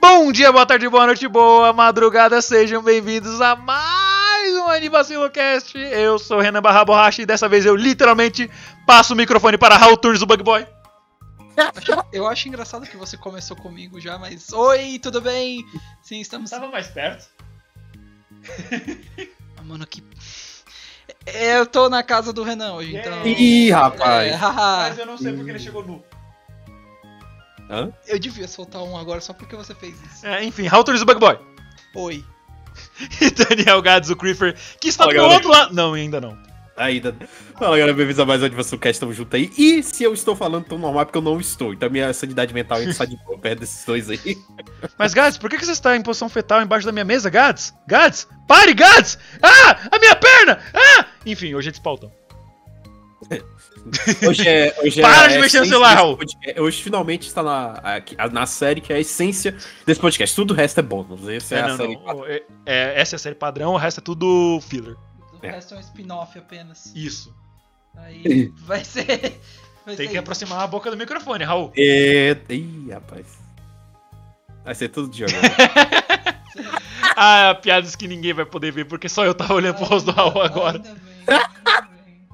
Bom dia, boa tarde, boa noite, boa madrugada, sejam bem-vindos a mais um AniVacilocast. Eu sou Renan Barra Borracha e dessa vez eu literalmente passo o microfone para Raul Turns, o Bug Boy. Eu acho engraçado que você começou comigo já, mas. Oi, tudo bem? Sim, estamos. mais perto. Ah, Mano, que. É, Eu tô na casa do Renan hoje, então. Ih, É, rapaz! haha. eu não sei porque ele chegou nu. eu devia soltar um agora só porque você fez isso. É, enfim, Raul Turns, o Bug Boy. Oi. E Daniel Gads, o Creeper, que está Olha, do galera. outro lado. Não, ainda não. Ainda. Fala galera, bem-vindos a mais um Advanced Cast, tamo junto aí. E se eu estou falando tão normal, é porque eu não estou. Então minha sanidade mental ainda está de boa perto desses dois aí. Mas Gads, por que que você está em posição fetal embaixo da minha mesa, Gads? Gads, pare, Gads! Ah, a minha perna! Ah! Enfim, hoje eles pautam. Hoje é. Hoje Para é de a mexer no essência celular, desse Raul. podcast. Hoje finalmente está na, aqui- na série que é a essência desse podcast. Tudo o resto é bônus. Essa é, É, a não, série. não. É, é, essa é a série padrão, o resto é tudo filler. O É. resto é um spin-off apenas. Isso. Aí vai ser. Vai Tem ser que isso. aproximar a boca do microfone, Raul. É... Ih, rapaz. Vai ser tudo de agora. Ah, piadas que ninguém vai poder ver, porque só eu tava olhando pro rosto do Raul agora. Ainda bem, ainda bem.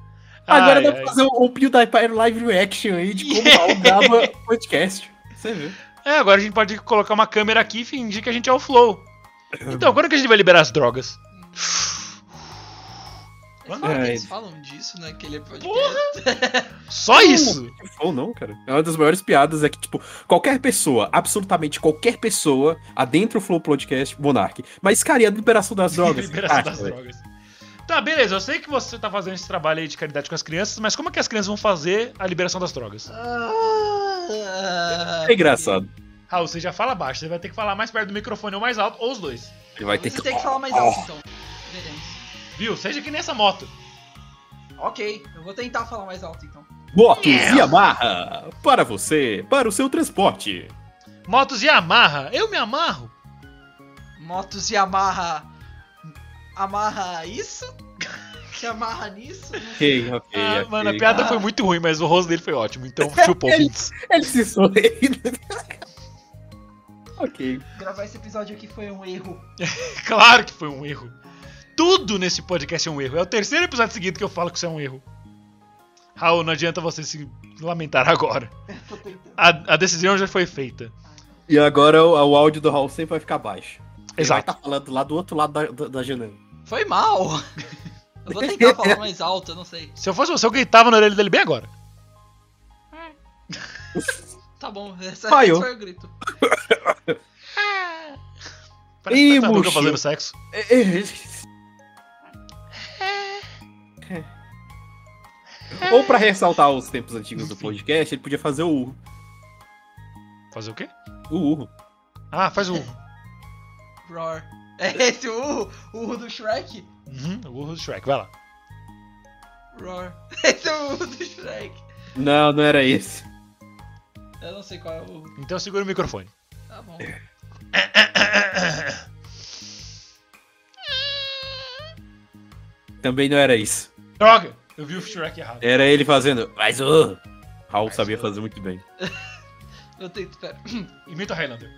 agora Ai, dá pra ai. fazer um, um PewDiePie live reaction aí de como o Raul grava podcast. Você viu? É, agora a gente pode colocar uma câmera aqui e fingir que a gente é o Flow. Então, quando que a gente vai liberar as drogas? Eles falam, Ai. eles falam disso né, naquele é podcast. Só isso! Ou não, cara. É uma das maiores piadas é que, tipo, qualquer pessoa, absolutamente qualquer pessoa, adentra o Flow Podcast Monark. Mas, cara, e a liberação das drogas? Ah, liberação Acha, das velho? drogas. Tá, beleza, eu sei que você tá fazendo esse trabalho aí de caridade com as crianças, mas como é que as crianças vão fazer a liberação das drogas? Ah, É engraçado. Raul, você já fala baixo, você vai ter que falar mais perto do microfone ou mais alto, ou os dois. Ele vai ter que... Você Ah. tem que falar mais alto, então. Veremos. Viu? Seja que nessa moto. Ok, eu vou tentar falar mais alto então. Motos e amarra! Para você, para o seu transporte. Motos e amarra, eu me amarro. Motos e amarra. Amarra isso? Que amarra nisso? Ok, ok, Ah, ok. mano, a piada Ah. foi muito ruim, mas o rosto dele foi ótimo, então chupou. Ele- Ele se sorrindo. ok. Gravar esse episódio aqui foi um erro. Claro que foi um erro. Tudo nesse podcast é um erro. É o terceiro episódio seguido que eu falo que isso é um erro. Raul, não adianta você se lamentar agora. Tô tentando. A, a decisão já foi feita. E agora o, o áudio do Raul sempre vai ficar baixo. Ele vai Exato. estar falando lá do outro lado da, da, da janela. Foi mal! Eu vou tentar falar mais alto, eu não sei. Se eu fosse você, eu gritava na orelha dele bem agora. Tá bom, essa esse Falhou. foi o grito. Parece Ih, que tá nunca murchinho. fazendo sexo. É, é. Ou pra ressaltar os tempos antigos do podcast, ele podia fazer o urro. Fazer o quê? O urro. Ah, faz o. Roar. É esse o urro, o urro do Shrek? Uhum, o urro do Shrek, vai lá. Roar. Esse é o urro do Shrek. Não, não era esse. Eu não sei qual é o urro. Então segura o microfone. Tá bom. Também não era isso. Droga! Eu vi o Shrek errado. Era ele fazendo. Mas urro. Raul sabia fazer muito bem. Eu tento, pera. Imita o Highlander.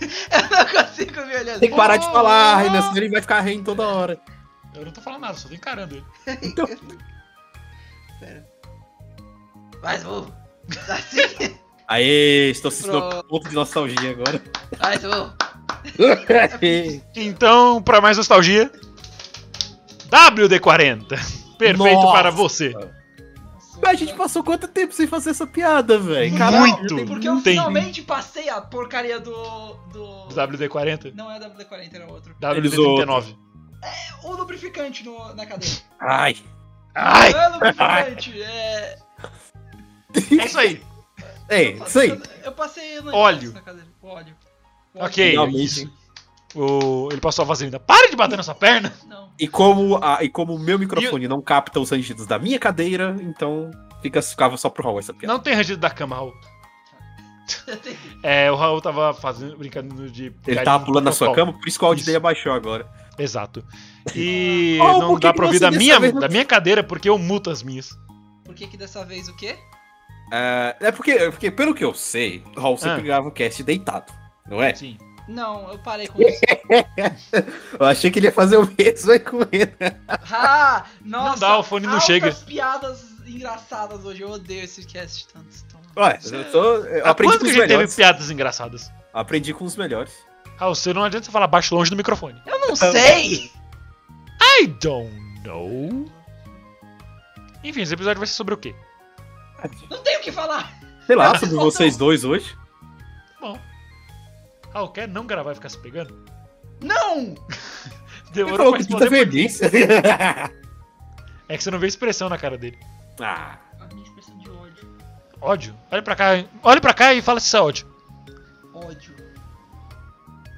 Eu não consigo me olhar. Tem que parar de falar, Renan, senão ele vai ficar rindo toda hora. Eu não tô falando nada, só tô encarando ele. Então, Mais um. Assim. aê, estou sentindo um Pronto. pouco de nostalgia agora. Mais um. Então, pra mais nostalgia, WD-40. Perfeito Nossa. para você. Mas a gente passou quanto tempo sem fazer essa piada, velho? Muito. Porque eu Não tem. finalmente passei a porcaria do. do. WD-40? Não é WD-40, era outro. Eles outro. WD-39. O lubrificante no, na cadeira. Ai, Ai, Ano brilhante, é. é isso aí. É, isso aí. Eu passei ano Óleo. na cadeira. Óleo. Óleo. Ok. Finalmente, isso. O- Ele passou a vaselina. Para de bater na sua perna. Não. E como, a- e como o meu microfone não capta os rangidos da minha cadeira, então fica, ficava só pro Raul essa piada. Não tem rangido da cama, Raul. Tem- É, o Raul tava fazendo, brincando de. Ele tava pulando na sua protocolo. cama, por isso que o áudio Isso. dele abaixou agora. Exato. E Oh, não por que dá que pra ouvir você da dessa minha, vez não- da minha cadeira porque eu muto as minhas. Por que que dessa vez o quê? É, é porque, é porque, pelo que eu sei, o Raul sempre Ah. grava um cast deitado, não é? Sim. Não, eu parei com isso. Eu achei que ele ia fazer o mesmo aí com ele. Ah, nossa, Não dá, o fone não altas chega. piadas engraçadas hoje. Eu odeio esse cast tanto. então. Ué, eu, tô, eu Há aprendi quanto com que a os gente melhores. teve piadas engraçadas? Aprendi com os melhores. Raul, você não adianta você falar baixo longe do microfone. Eu não sei! I don't know. Enfim, esse episódio vai ser sobre o quê? Não tenho o que falar! Sei lá, Ah, sobre voltou. vocês dois hoje. Bom. Raul, quer não gravar e ficar se pegando? Não! Ele Demorou falou pra que quinta responder. verdência. É que você não vê expressão na cara dele. ah, A minha expressão de ódio. Ódio. Olha pra cá, hein? olha pra cá e fala se isso é ódio. Ódio.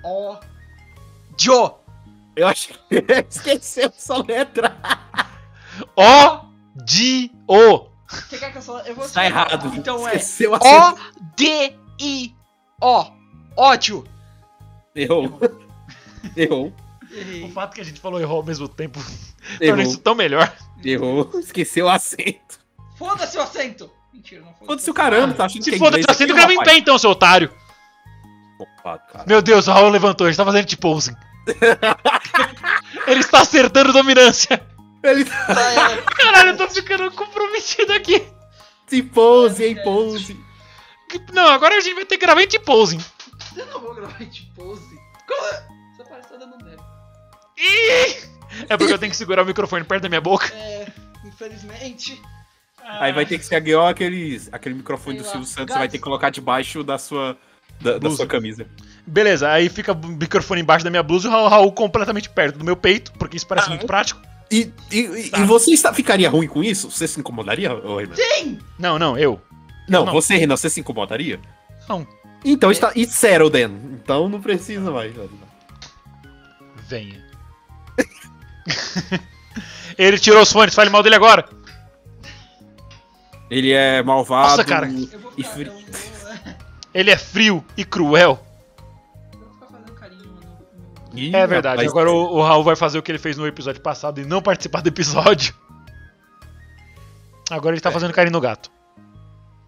Ó. Jo! eu acho que esqueceu essa letra. Ó-di-o. Você quer que eu só. Eu vou Tá errado. Então é. esqueceu a letra. O-D-I-O. Ódio! Errou. Errou. O Errei. fato que a gente falou errou ao mesmo tempo torna Errou. isso tão melhor. Errou. Esqueceu o acento. Foda-se o acento! Mentira, não foda-se. Foda-se o caramba, tá achando que Se é foda, inglês tá aqui, sendo grava em rapaz. pé então, seu otário. Ocupado, cara. Meu Deus, o Raul levantou, ele tá fazendo tipo posing. ele está acertando dominância. Ele tá Ah, é. Caralho, eu tô ficando comprometido aqui. se pose, em pose. Não, agora a gente vai ter que gravar em tipo T-posing. Eu não vou gravar de pose. Como é? Só parece que tá dando merda. É porque eu tenho que segurar o microfone perto da minha boca. É, infelizmente. Aí vai ter que ser igual aqueles, aquele microfone do Ah. Sei lá. Silvio Santos, você vai ter que colocar debaixo da sua, da, da Blusa. sua camisa. Beleza, aí fica o microfone embaixo da minha blusa e o Raul completamente perto do meu peito, porque isso Ah, parece é? muito prático. E, e, e- e você está, ficaria ruim com isso? Você se incomodaria, ô, Renan? Não, não, eu. Não, não. você, Renan, você se incomodaria? Não. Então está. E zero, Dan. Então não precisa mais. Venha. ele tirou os fones, fale mal dele agora. Ele é malvado. Nossa, cara. Eu vou E ficar. fri- Eu, vou, Ele é frio e cruel. eu vou ficar fazendo carinho no. no... Ih, É verdade, rapaz. agora o, o Raul vai fazer o que ele fez no episódio passado e não participar do episódio. Agora ele É. tá fazendo carinho no gato.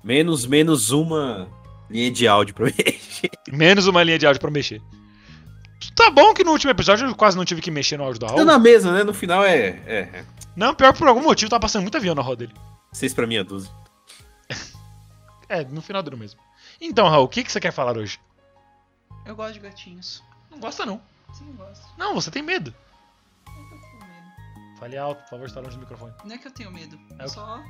Menos, menos uma linha de áudio pra mim. Menos uma linha de áudio pra mexer. Tá bom que no último episódio eu quase não tive que mexer no áudio do Raul. Tá na mesa, né? No final é. é, é. Não, pior que por algum motivo tá passando muito avião na roda dele. Seis pra mim é 12. É, no final deu mesmo. Então, Raul, o que, que você quer falar hoje? Eu gosto de gatinhos. Não gosta, não. Sim, eu gosto. Não, você tem medo. Eu tô com medo. Fale alto, por favor, está longe do microfone. Não é que eu tenho medo. É Eu o- só.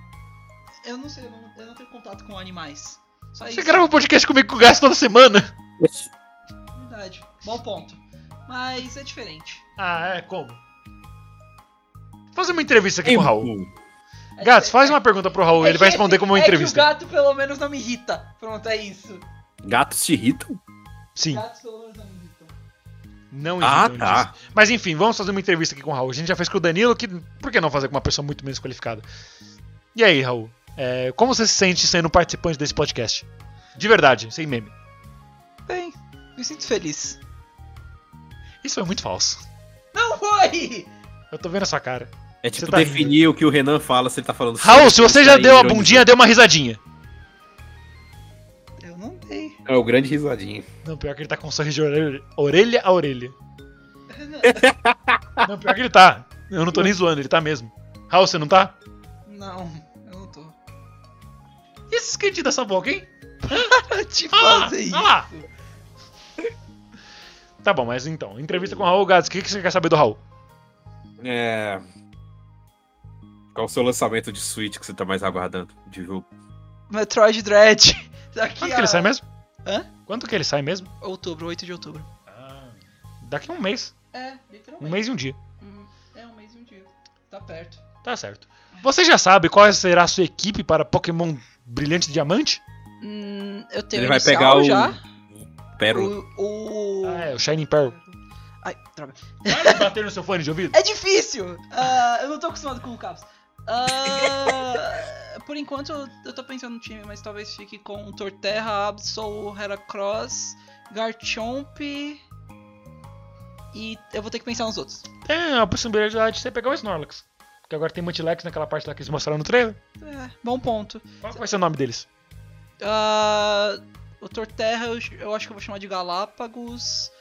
Eu não sei, eu não, eu não tenho contato com animais. Só Você isso. grava um podcast comigo com o gasto toda semana? Verdade. Bom ponto. Mas é diferente. Ah, é, como? Faz uma entrevista aqui Ei, com o Raul. Tipo, É Gatos, diferente. faz uma pergunta pro Raul, É ele vai que responder esse- como uma é Que o entrevista. gato pelo menos não me irrita. Pronto, é isso. Gatos te irritam? Sim, Gatos pelo menos não me irritam. não Ah, entendo tá. disso. Mas enfim, vamos fazer uma entrevista aqui com o Raul. A gente já fez com o Danilo, que por que não fazer com uma pessoa muito menos qualificada? E aí, Raul? é, como você se sente sendo participante desse podcast? De verdade, sem meme. Bem, me sinto feliz. Isso foi muito falso. Não foi! Eu tô vendo a sua cara. É tipo Você tá definir o que o Renan fala, se ele tá falando. sério, Raul, se você ele é já tá deu a ironizando. bundinha, deu uma risadinha. Eu não dei. É o grande risadinho. Não, pior que ele tá com um sorriso de orelha, orelha a orelha. Não, pior que ele tá. Eu não tô nem zoando, ele tá mesmo. Raul, você não tá? Não, eu não tô. E esses cantinhos dessa boca, hein? Para de Ah, fazer isso. ah lá. Tá bom, mas então, entrevista com o Raul Gads, o que, que você quer saber do Raul? É. Qual o seu lançamento de Switch que você tá mais aguardando de jogo? Metroid Dread. Daqui Quanto a que ele sai mesmo? Hã? Quanto que ele sai mesmo? outubro, 8 de outubro. Daqui a um mês. É, Um literalmente. mês e um dia. Uhum. É um mês e um dia. Tá perto. Tá certo. Você já sabe qual será a sua equipe para Pokémon Brilhante Diamante? Hum, eu tenho Ele vai inicial pegar o. já. Pérola. O. o- Ah, é, o Shining Pearl. Ai, droga. Para de bater no seu fone de ouvido. É difícil! Ah, eu não tô acostumado com o Caps. Ah, por enquanto eu, eu tô pensando no time, mas talvez fique com Torterra, Absol, Heracross, Garchomp. E eu vou ter que pensar nos outros. Tem É, a possibilidade de você pegar o Snorlax. Porque agora tem Multilex naquela parte lá que eles mostraram no trailer. É, bom ponto. Qual que vai ser o nome deles? Ah, o Torterra eu, eu acho que eu vou chamar de Galápagos.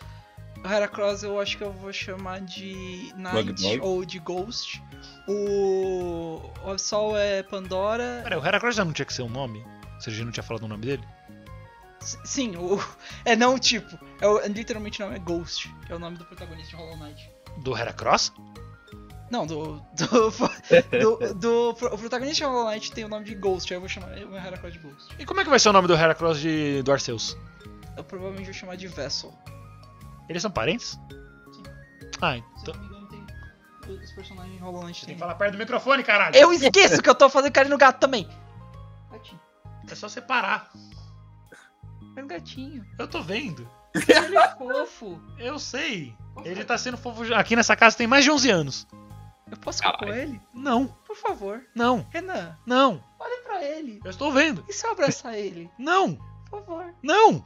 O Heracross eu acho que eu vou chamar de Night Bug Boy. ou de Ghost. O, o Absol é Pandora. Pera, o Heracross já não tinha que ser um nome? Você já não tinha falado o nome dele? S- Sim, o. É não o tipo. É o- é literalmente o nome é Ghost, que é o nome do protagonista de Hollow Knight. Do Heracross? Não, do. Do. do, do- pro- o protagonista de Hollow Knight tem o nome de Ghost, aí eu vou chamar o meu Heracross de Ghost. E como é que vai ser o nome do Heracross de, do Arceus? Eu provavelmente vou chamar de Vessel. Eles são parentes? Sim. Ah, Se então. eu não me engano, tem. Os personagens de Hollow Knight Tem tem. que falar perto do microfone, caralho! Eu esqueço que eu tô fazendo carinho no gato também! Gatinho. É só separar. É um gatinho. Eu tô vendo. Ele é fofo. Eu sei. Ele tá sendo fofo. já- Aqui nessa casa tem mais de 11 anos. Eu posso ficar com ele? Não, Por favor. não, Renan, não. olha pra ele. Eu estou vendo. E se eu abraçar ele? Não, Por favor. não.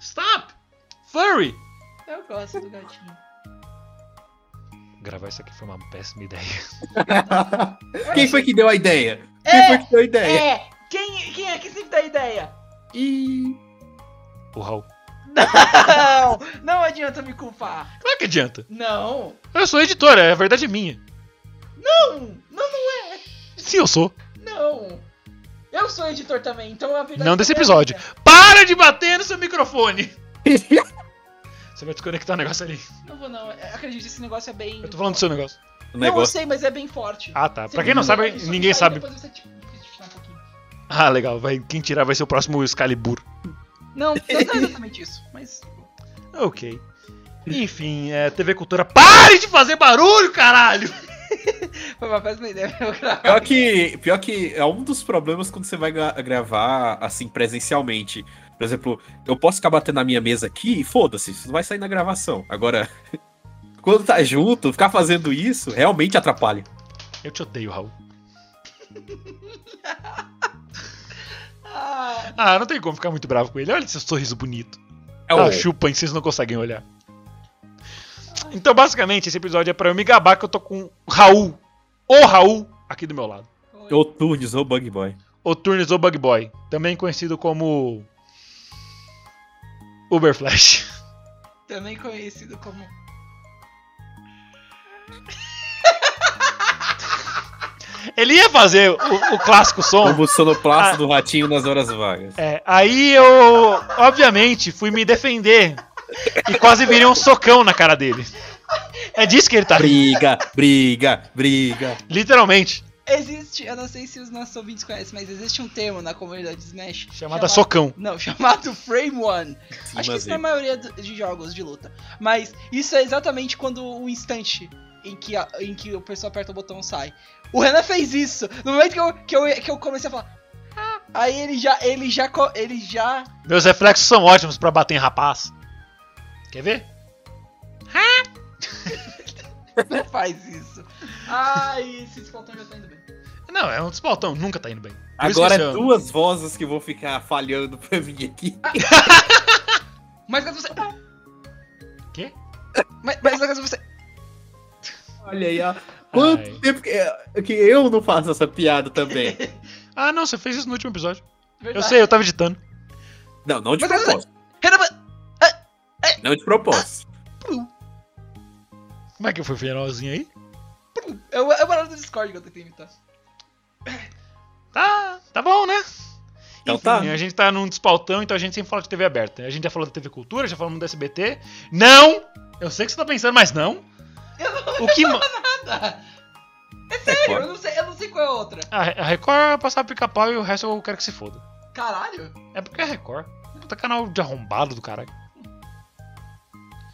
Stop! Furry! Eu gosto do gatinho. Gravar isso aqui foi uma péssima ideia. Quem foi que deu a ideia? Quem foi que deu a ideia? É! Quem, quem é que sempre dá ideia? E. O Raul. Não! Não adianta me culpar! Claro que adianta. Não! Eu sou editora, a verdade é minha. Não! Não, Sim, eu sou. não! Eu sou editor também, então a verdade. Não desse é episódio. minha. Para de bater no seu microfone! Você vai desconectar o negócio ali. Não vou, não. É, Acredite, esse negócio é bem. Eu tô falando do seu negócio. O Não, eu negócio. sei, mas é bem forte. Ah, tá. Você Pra quem não sabe, isso ninguém sai, sabe. depois você te- difícil de tirar um pouquinho. Ah, legal. Vai, quem tirar vai ser o próximo Excalibur. Não, não é exatamente isso, mas. Ok. Enfim, é, TV Cultura. Pare de fazer barulho, caralho! Foi uma péssima ideia pra eu gravar. Pior que, pior que é um dos problemas quando você vai gra- gravar assim presencialmente. Por exemplo, eu posso ficar batendo na minha mesa aqui e foda-se, isso não vai sair na gravação. Agora, quando tá junto, ficar fazendo isso realmente atrapalha. Eu te odeio, Raul. Ah, Ah, não tem como ficar muito bravo com ele. Olha esse sorriso bonito. É Ah, o chupa, vocês não conseguem olhar. Então, basicamente, esse episódio é pra eu me gabar que eu tô com o Raul. O Raul aqui do meu lado. Oturnes ou Bug Boy. O Turnes ou Bug Boy. Também conhecido como. Uber Flash. também conhecido como. Ele ia fazer o, o clássico som. Como o sonoplasto do ratinho nas horas vagas. É, aí eu, obviamente, fui me defender e quase virei um socão na cara dele. É disso que ele tá rindo, Briga, briga, briga. literalmente, Existe, eu não sei se os nossos ouvintes conhecem, mas existe um termo na comunidade Smash chamada socão. Não, chamado Frame One. Sim, Acho que mas isso na é. maioria do- de jogos de luta. Mas isso é exatamente quando o instante em que, a- em que o pessoal aperta o botão sai. O Renan fez isso. No momento que eu, que eu, que eu comecei a falar. "Ah", Aí ele já, ele já, co- ele já. Meus reflexos são ótimos pra bater em rapaz. Quer ver? Não faz isso. Ai, esses botões já tá indo bem. Não, é um despaltão, nunca tá indo bem. Por isso Agora que é esse ano- duas vozes que vão ficar falhando pra mim aqui. Mas caso você. Quê? Mas, mas caso você. Olha aí, ó. Quanto Ai. tempo que, que eu não faço essa piada também? Ah, não, você fez isso no último episódio. Eu Verdade. sei, eu tava editando. Não, não de é Mas- propósito. Renan, mas- Não de propósito. Como é que foi o finalzinho aí? É o é o barulho do Discord que eu tentei imitar. Tá, tá bom, né? Então tá. A gente tá num despautão, então a gente sempre fala de TV aberta. A gente já falou da TV Cultura, já falamos do SBT. Não! Eu sei que você tá pensando, mas não. O que. ma- É É Sério, eu não sei, eu não sei qual é a outra. A a Record vai passar pica-pau e o resto eu quero que se foda. Caralho? É porque é Record. Puta canal de arrombado do caralho.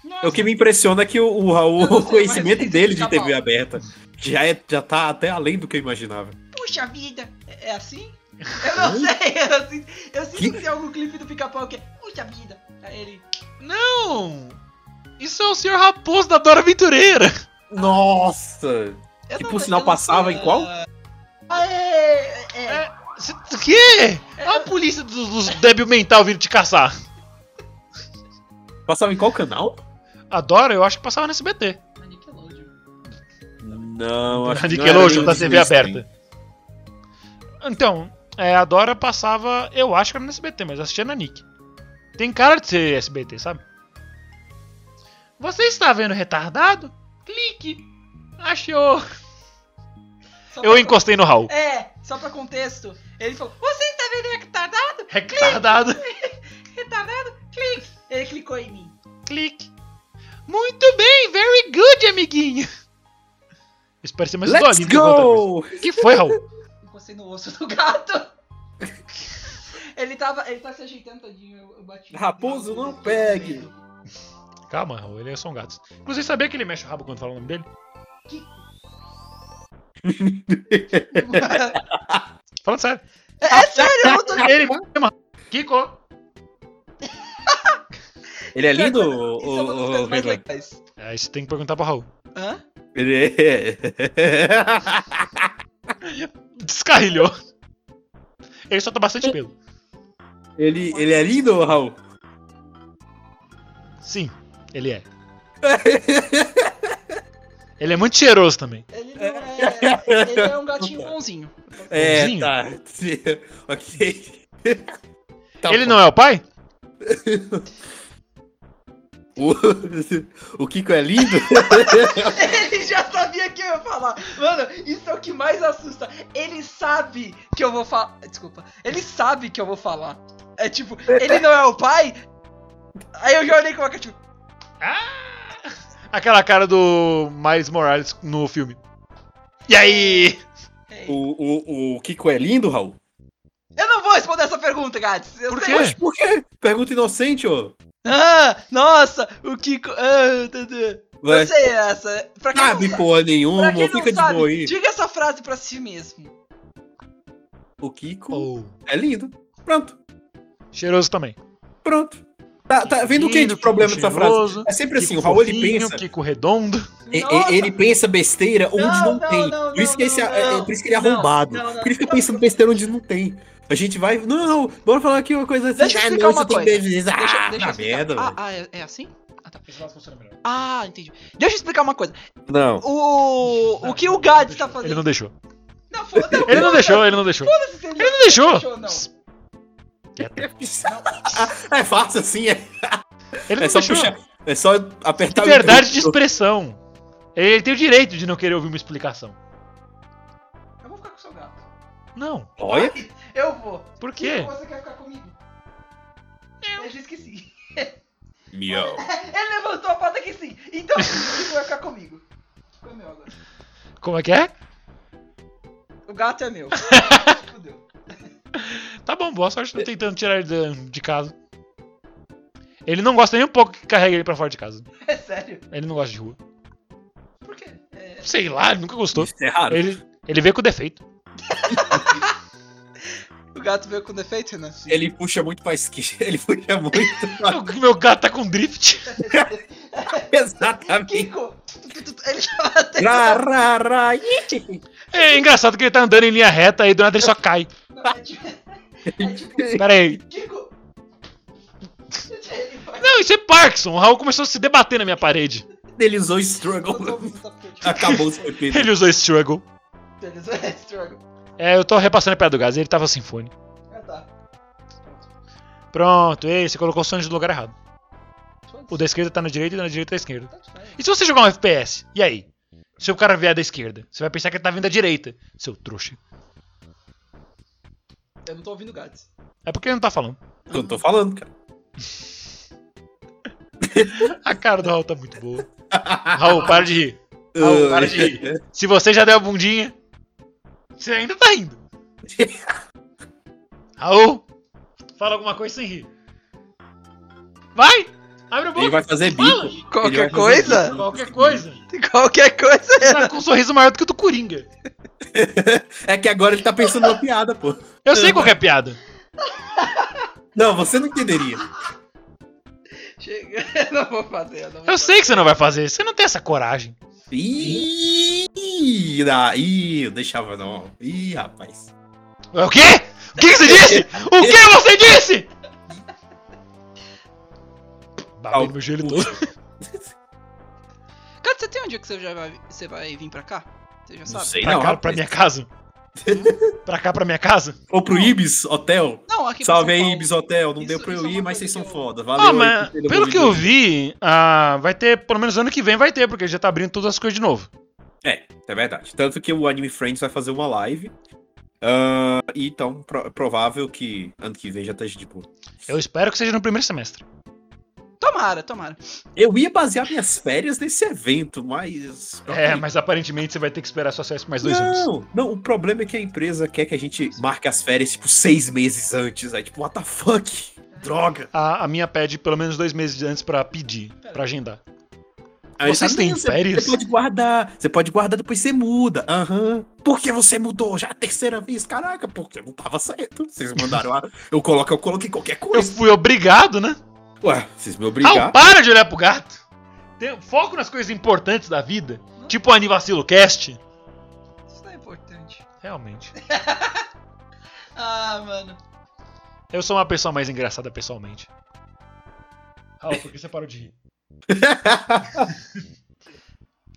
Não O que me impressiona é que o, o Raul, Eu não sei, o conhecimento mas- dele de tá TV bom. aberta já, é, já tá até além do que eu imaginava. Puxa vida, é é assim? Eu não sei, eu sinto, eu sinto que... Que- tem algum clipe do pica-pau que é. Puxa vida! Aí ele. Não! Isso é o Senhor Raposo da Dora Aventureira! Nossa! eu Que não- por eu sinal não passava sei, em qual? Ah, é, é, é. Cê- O quê? Olha a polícia dos, dos débil mental vindo te caçar. Passava em qual canal? A Dora, eu acho que passava no SBT. Na Nickelodeon. Não, acho Na que não Nickelodeon, era da nem Disney. TV tá aberta. Então, é, a Dora passava, eu acho que era no SBT, mas eu assistia na Nick. Tem cara de ser SBT, sabe? Você está vendo retardado? Clique! Achou! Só Eu pra- encostei no Raul. É, só pra contexto. Ele falou: Você está vendo retardado? Retardado! Retardado? Clique! Ele clicou em mim. Clique! Muito bem, very good, amiguinho! Isso parecia mais Let's Dolinho que outra coisa. go! O que foi, Raul? Encostei no osso do gato. ele tava. Ele tá se ajeitando tadinho, eu, eu bati. Raposo, não pegue. Calma, Raul, ele é só um gato. Inclusive, sabia que ele mexe o rabo quando fala o nome dele? é, Falando sério. é sério, eu não tô. Ele mesmo. Kiko. Ele é lindo, o, Isso é uma das coisas mais legais. É, isso tem que perguntar pro Raul. Hã? Ele é... Descarrilhou. Ele solta bastante pelo. ele, ele é lindo, Raul? Sim, ele é. Ele é muito cheiroso também. Ele não é. Ele é um gatinho bonzinho. É, Sim. tá. ok. Tá ele bom. não é o pai? O, o Kiko é lindo? Ele já sabia que eu ia falar. Mano, isso é o que mais assusta. Ele sabe que eu vou falar. Desculpa. Ele sabe que eu vou falar. É tipo, ele não é o pai? Aí eu já olhei com uma cara, tipo, Aquela cara do Miles Morales no filme. E aí? "Ei, o, o, o Kiko é lindo, Raul? Eu não vou responder essa pergunta, Gats. Eu Por sei- quê? Oxe, por quê? Pergunta inocente, ô. Ah, nossa, o Kiko. Ah, tudu. Vai. Eu sei essa. Pra quem Sabe não, porra pra nenhuma, quem não fica de sabe, boa aí. diga essa frase pra si mesmo. O Kiko Oh. é lindo. Pronto, Cheiroso também. pronto. Tá, tá vendo o que de Lindo, problema dessa frase? cheiroso, É sempre assim, Kiko o Raul ele fofinho, pensa. Kiko redondo. E- e- Nossa, Ele pensa besteira onde Não, não, não, tem. não, por, isso que não, esse, não, é, não. é- por isso que ele é Não, arrombado. não, não. Por isso que ele pensa besteira onde não tem. A gente vai. Não, bora falar aqui uma coisa assim. Deixa eu ah, explicar não, uma você tem coisa. beleza. Deixa, Ah, deixa eu na explicar. merda, ah, velho. ah, é, é assim? Ah, tá. Ah, entendi. Deixa eu explicar uma coisa. Não. O, o que o Gads tá Ele fazendo. não deixou. Não, foda- não, Ele não foda- deixou, ele não deixou. foda-se se Ele não deixou. não. Quieto. ah, É fácil assim, é. Ele É não só deixou. puxar. É só apertar Liberdade de o botão. expressão. Ele tem o direito de não querer ouvir uma explicação. Eu vou ficar com o seu gato. Não. Olha. Eu vou. Por quê? Você quer ficar comigo? Eu já esqueci. Miau. Ele levantou a pata que sim. Então, ele vai ficar comigo. Ficou meu agora. Como é que é? O gato é meu. Fudeu. Tá bom, boa sorte não tentando tirar ele da- de casa. Ele não gosta nem um pouco que carregue ele pra fora de casa. É sério. Ele não gosta de rua. Por quê? É... Sei lá, ele nunca gostou. Isso é raro. Ele, ele vê com defeito. O gato veio com defeito, né? Ele puxa muito pra esquerda. Ele puxa muito. pra- Meu, meu gato tá com drift. Exatamente. Kiko! Ele já bateu. Ra, ra, ra. ih. É engraçado que ele tá andando em linha reta e do nada ele só cai. Não, é tipo- é tipo, Pera aí. Kiko! Ele vai. Não, isso é Parkinson. O Raul começou a se debater na minha parede. Ele usou Eu tô struggle. ouvindo essa porcaria. Acabou o seu peso. Ele usou struggle. Eles- é struggle. É, eu tô repassando a piada do gás. Ele tava sem fone. Ah, tá. Pronto, ei, você colocou o Sanji no lugar errado. O da esquerda tá na direita e o da direita tá na esquerda. E se você jogar um FPS? E aí? Se o cara vier da esquerda, você vai pensar que ele tá vindo da direita, seu trouxa. Eu não tô ouvindo o Gats. É porque ele não tá falando. que eu tô falando, cara. A cara do Raul tá muito boa. Raul, para de rir. Ah, para de rir. Se você já deu a bundinha, você ainda tá rindo. Raul, fala alguma coisa sem rir. Vai! Abre a boca. Ele vai fazer Fala. bico. Qualquer Ele vai fazer coisa? Qualquer coisa. Qualquer coisa. Ele tá com um sorriso maior do que o do Coringa. É que agora ele tá pensando numa piada, pô. Eu Uhum. sei qual que é a piada. Não, você não entenderia. Chega. Eu não vou fazer, eu não vou Eu sei que você não vai fazer. Você não tem essa coragem. Ih, ah, ih, eu deixava não. Ih, rapaz. O quê? O que que você disse? O que você disse? Babei meu joelho todo. Cara, você tem um dia que você já vai, você vai vir pra cá? Você já Não sabe? sei Pra não, cá, pra rapaz. minha casa. pra cá, pra minha casa. Ou pro Ibis Hotel. Não, aqui pra Salve São aí, Paulo. Ibis Hotel. Não Isso- deu pra isso eu é uma ir, mas coisa vocês são que eu- foda. Ah, Valeu. aí mas por ter pelo que eu devolvido. vi, ah, vai ter, pelo menos ano que vem vai ter, porque já tá abrindo todas as coisas de novo. É verdade. Tanto que o Anime Friends vai fazer uma live. Ah, e então, pro- provável que ano que vem já esteja tipo, de boa. Eu espero que seja no primeiro semestre. Tomara, tomara. Eu ia basear minhas férias nesse evento, mas. É, mas aparentemente você vai ter que esperar só acesso mais dois anos. Não, não, o problema é que a empresa quer que a gente marque as férias, tipo, seis meses antes. Aí, tipo, what the fuck? Droga! A, a minha pede pelo menos dois meses antes pra pedir, pra agendar. Aí Vocês eles, têm "Não, você- férias?" Você pode guardar, você pode guardar, depois você muda. Aham. Por que você mudou? Já é a terceira vez? Caraca, porque não tava certo. Vocês mandaram a... Eu coloco, eu coloquei qualquer Eu coisa. fui obrigado, né? Ué, vocês me Ah, obrigaram. para de olhar pro gato. Tem- foco nas coisas importantes da vida, tipo o Anivacilo Cast. Isso não é importante. Realmente. Ah, mano. Eu sou uma pessoa mais engraçada pessoalmente. Raul, por que Ah, você parou de rir?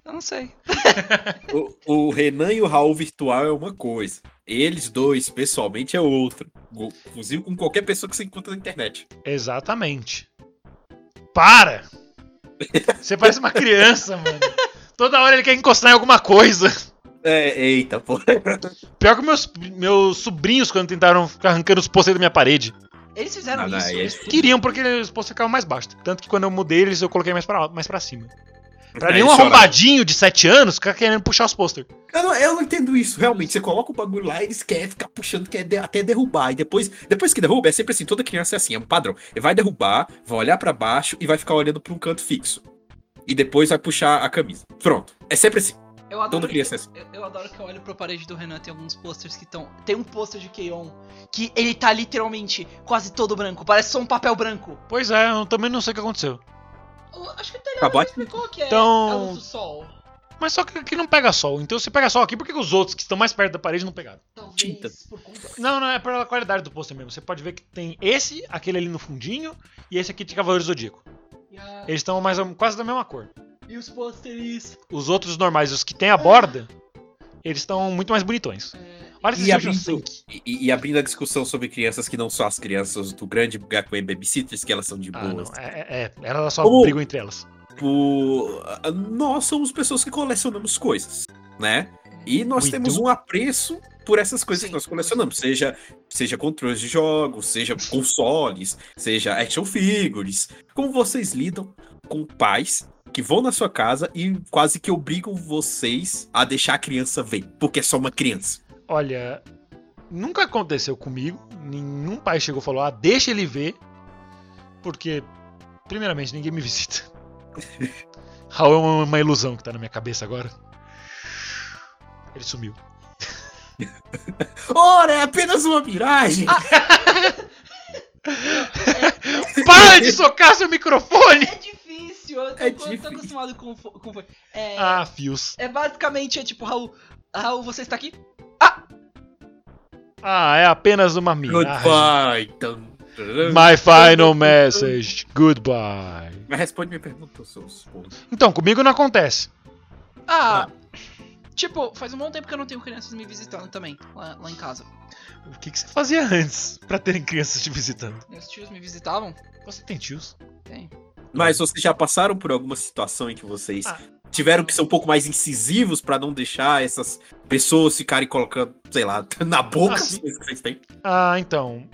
Eu não sei. O, o Renan e o Raul virtual é uma coisa. Eles dois, pessoalmente, é outra. Go- Inclusive com qualquer pessoa que você encontra na internet. Exatamente. Para! Você parece uma criança, mano. Toda hora ele quer encostar em alguma coisa. É, eita, pô. Pior que meus, meus sobrinhos quando tentaram ficar arrancando os postes da minha parede. Eles fizeram Ah, não, isso. é eles- Queriam porque os postes ficavam mais baixos. Tanto que quando eu mudei eles, eu coloquei mais pra, mais pra cima. Pra Aí nenhum chora. arrombadinho de 7 anos ficar querendo puxar os posters. Eu não, eu não entendo isso, realmente. Uhum. Você coloca o bagulho lá, eles querem ficar puxando, quer de- até derrubar. E depois, depois que derruba, é sempre assim, toda criança é assim, é um padrão. Ele vai derrubar, vai olhar pra baixo e vai ficar olhando pra um canto fixo. E depois vai puxar a camisa. Pronto. É sempre assim. Eu adoro, Toda criança é assim. eu, eu adoro que eu olho pra parede do Renan, tem alguns posters que estão. Tem um pôster de Keion que ele tá literalmente quase todo branco. Parece só um papel branco. Pois é, eu também não sei o que aconteceu. Eu acho que o Italiano Acabou já a- explicou que é Então- a luz do sol. Mas só que aqui não pega sol. Então se pega sol aqui, por que que os outros que estão mais perto da parede não pegaram? Talvez Tinta. por conta. Não, não, é pela qualidade do pôster mesmo. Você pode ver que tem esse, aquele ali no fundinho, e esse aqui de Cavaleiro Zodíaco. E, a- Eles estão mais ou- quase da mesma cor. e os pôsteres. Os outros normais, os que tem a borda, eles estão muito mais bonitões. Olha assim. esse E Jojo abrindo- Sink. E- E, e abrindo a discussão sobre crianças que não são as crianças do grande Gakuen Babysitters, que elas são de Ah, não. boas. É, é, é, elas só Como- brigam entre elas. Tipo, a- nós somos pessoas que colecionamos coisas, né? E nós We temos do. um apreço por essas coisas Sim. que nós colecionamos, seja, seja controles de jogos, seja consoles, seja action figures. Como vocês lidam com pais que vão na sua casa e quase que obrigam vocês a deixar a criança ver, porque é só uma criança. Olha, nunca aconteceu comigo. Nenhum pai chegou e falou, ah, deixa ele ver. Porque, primeiramente, ninguém me visita. Raul é uma, uma ilusão que tá na minha cabeça agora. Ele sumiu. Ora, é apenas uma miragem! Para de socar seu microfone! É difícil, eu tô, É eu tô difícil. acostumado com. fo- com fo- é, Ah, fios. é basicamente é tipo, Raul, Raul, você está aqui? Ah, é apenas uma miragem. Goodbye! Então... My final message. Goodbye. Mas responde minha pergunta, seus porros. Então, comigo não acontece. Ah! Tipo, faz um bom tempo que eu não tenho crianças me visitando também, lá, lá em casa. O que, que você fazia antes pra terem crianças te visitando? Meus tios me visitavam? Você tem tios? Tem. Mas vocês já passaram por alguma situação em que vocês Ah. tiveram que ser um pouco mais incisivos pra não deixar essas pessoas ficarem colocando, sei lá, na boca Ah, as sim. coisas que vocês têm? Ah, então.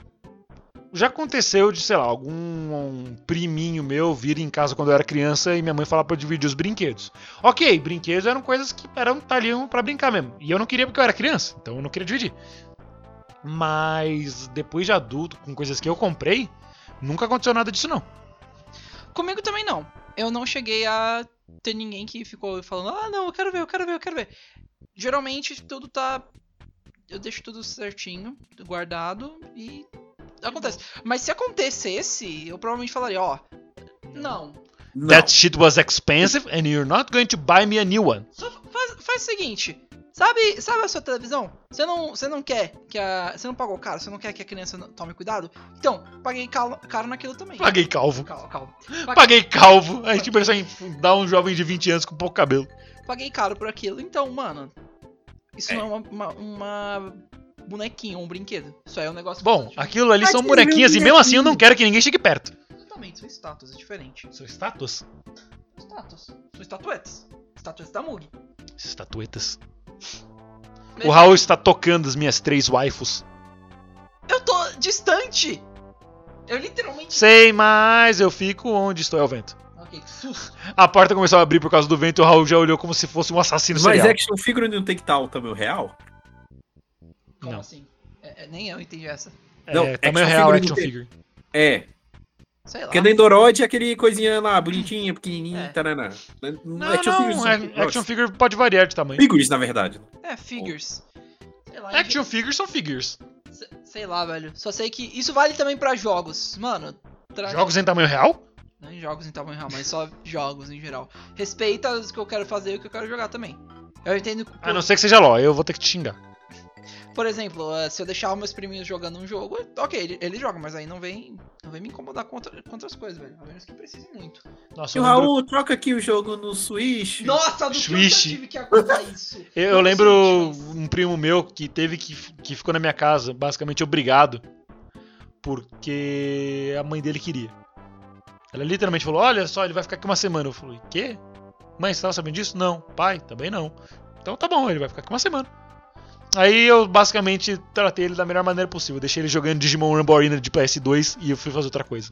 Já aconteceu de, sei lá, algum um priminho meu vir em casa quando eu era criança e minha mãe falar pra eu dividir os brinquedos. Ok, brinquedos eram coisas que eram taliam pra brincar mesmo. E eu não queria porque eu era criança, então eu não queria dividir. Mas depois de adulto, com coisas que eu comprei, nunca aconteceu nada disso não. Comigo também não. Eu não cheguei a ter ninguém que ficou falando, ah não, eu quero ver, eu quero ver, eu quero ver. Geralmente tudo tá. Eu deixo tudo certinho, guardado e. Acontece. Mas se acontecesse, eu provavelmente falaria, ó. Não. Não. That shit was expensive and you're not going to buy me a new one. Só fa- faz, faz o seguinte. Sabe, sabe a sua televisão? Você não, você não quer que a. Você não pagou caro, você não quer que a criança não- tome cuidado? Então, paguei calo- caro naquilo também. Paguei calvo. Calma, calma. Paguei calvo. A gente pensou em dar um jovem de 20 anos com pouco cabelo. paguei caro por aquilo. Então, mano, isso não é uma, uma, uma bonequinha, um brinquedo. Isso aí é um negócio. Bom, totalmente aquilo ali são bonequinhas e mesmo assim eu não quero que ninguém chegue perto. diferente. Totalmente, são status, é diferente. São estátuas? São status. São estatuetas. Estatuetas da Mug. Estatuetas. O Raul está tocando as minhas três waifus. Eu tô distante! Eu literalmente. Sei, mas eu fico onde estou é o vento. Ok, que susto. A porta começou a abrir por causa do vento e o Raul já olhou como se fosse um assassino Mas serial. action figure não tem que estar o tamanho real? Como Não. assim? É- é, nem eu entendi essa. É, Não, action tamanho real, figure action não tem. figure. É. Tá. Sei lá. Porque nem Dorothy é aquele coisinha lá, bonitinha, pequenininha, É. taraná. Não, Né? action não, figures, é- são- action figure pode variar de tamanho. figures, na verdade. É, figures. Sei lá, Action figures são figures. gente. Se- Sei lá, velho. Só sei que isso vale também pra jogos. Mano, tra... Jogos em tamanho real? Não Né, em jogos em tamanho real, mas só jogos em geral. Respeita os que eu quero fazer e o que eu quero jogar também. Eu entendo. que, A Ah, não ser que seja LOL, eu vou ter que te xingar. Por exemplo, eh, se eu deixar meus priminhos jogando um jogo, ok, ele, ele joga, mas aí não vem, não vem me incomodar com, outra- com outras coisas, velho. A menos que precise muito. Nossa, E o eu lembro, Raul, troca aqui o jogo no Switch. Nossa, do que eu já Switch. tive que aguentar isso. eu- eu lembro um primo meu que teve que, que ficou na minha casa, basicamente obrigado, porque a mãe dele queria. Ela literalmente falou: Olha só, ele vai ficar aqui uma semana. Eu falei: Quê? Mãe, você tava sabendo disso? Não. Pai, também não. Então tá bom, ele vai ficar aqui uma semana. Aí eu basicamente tratei ele da melhor maneira possível. Eu Deixei ele jogando Digimon Rumble de PS2 e eu fui fazer outra coisa.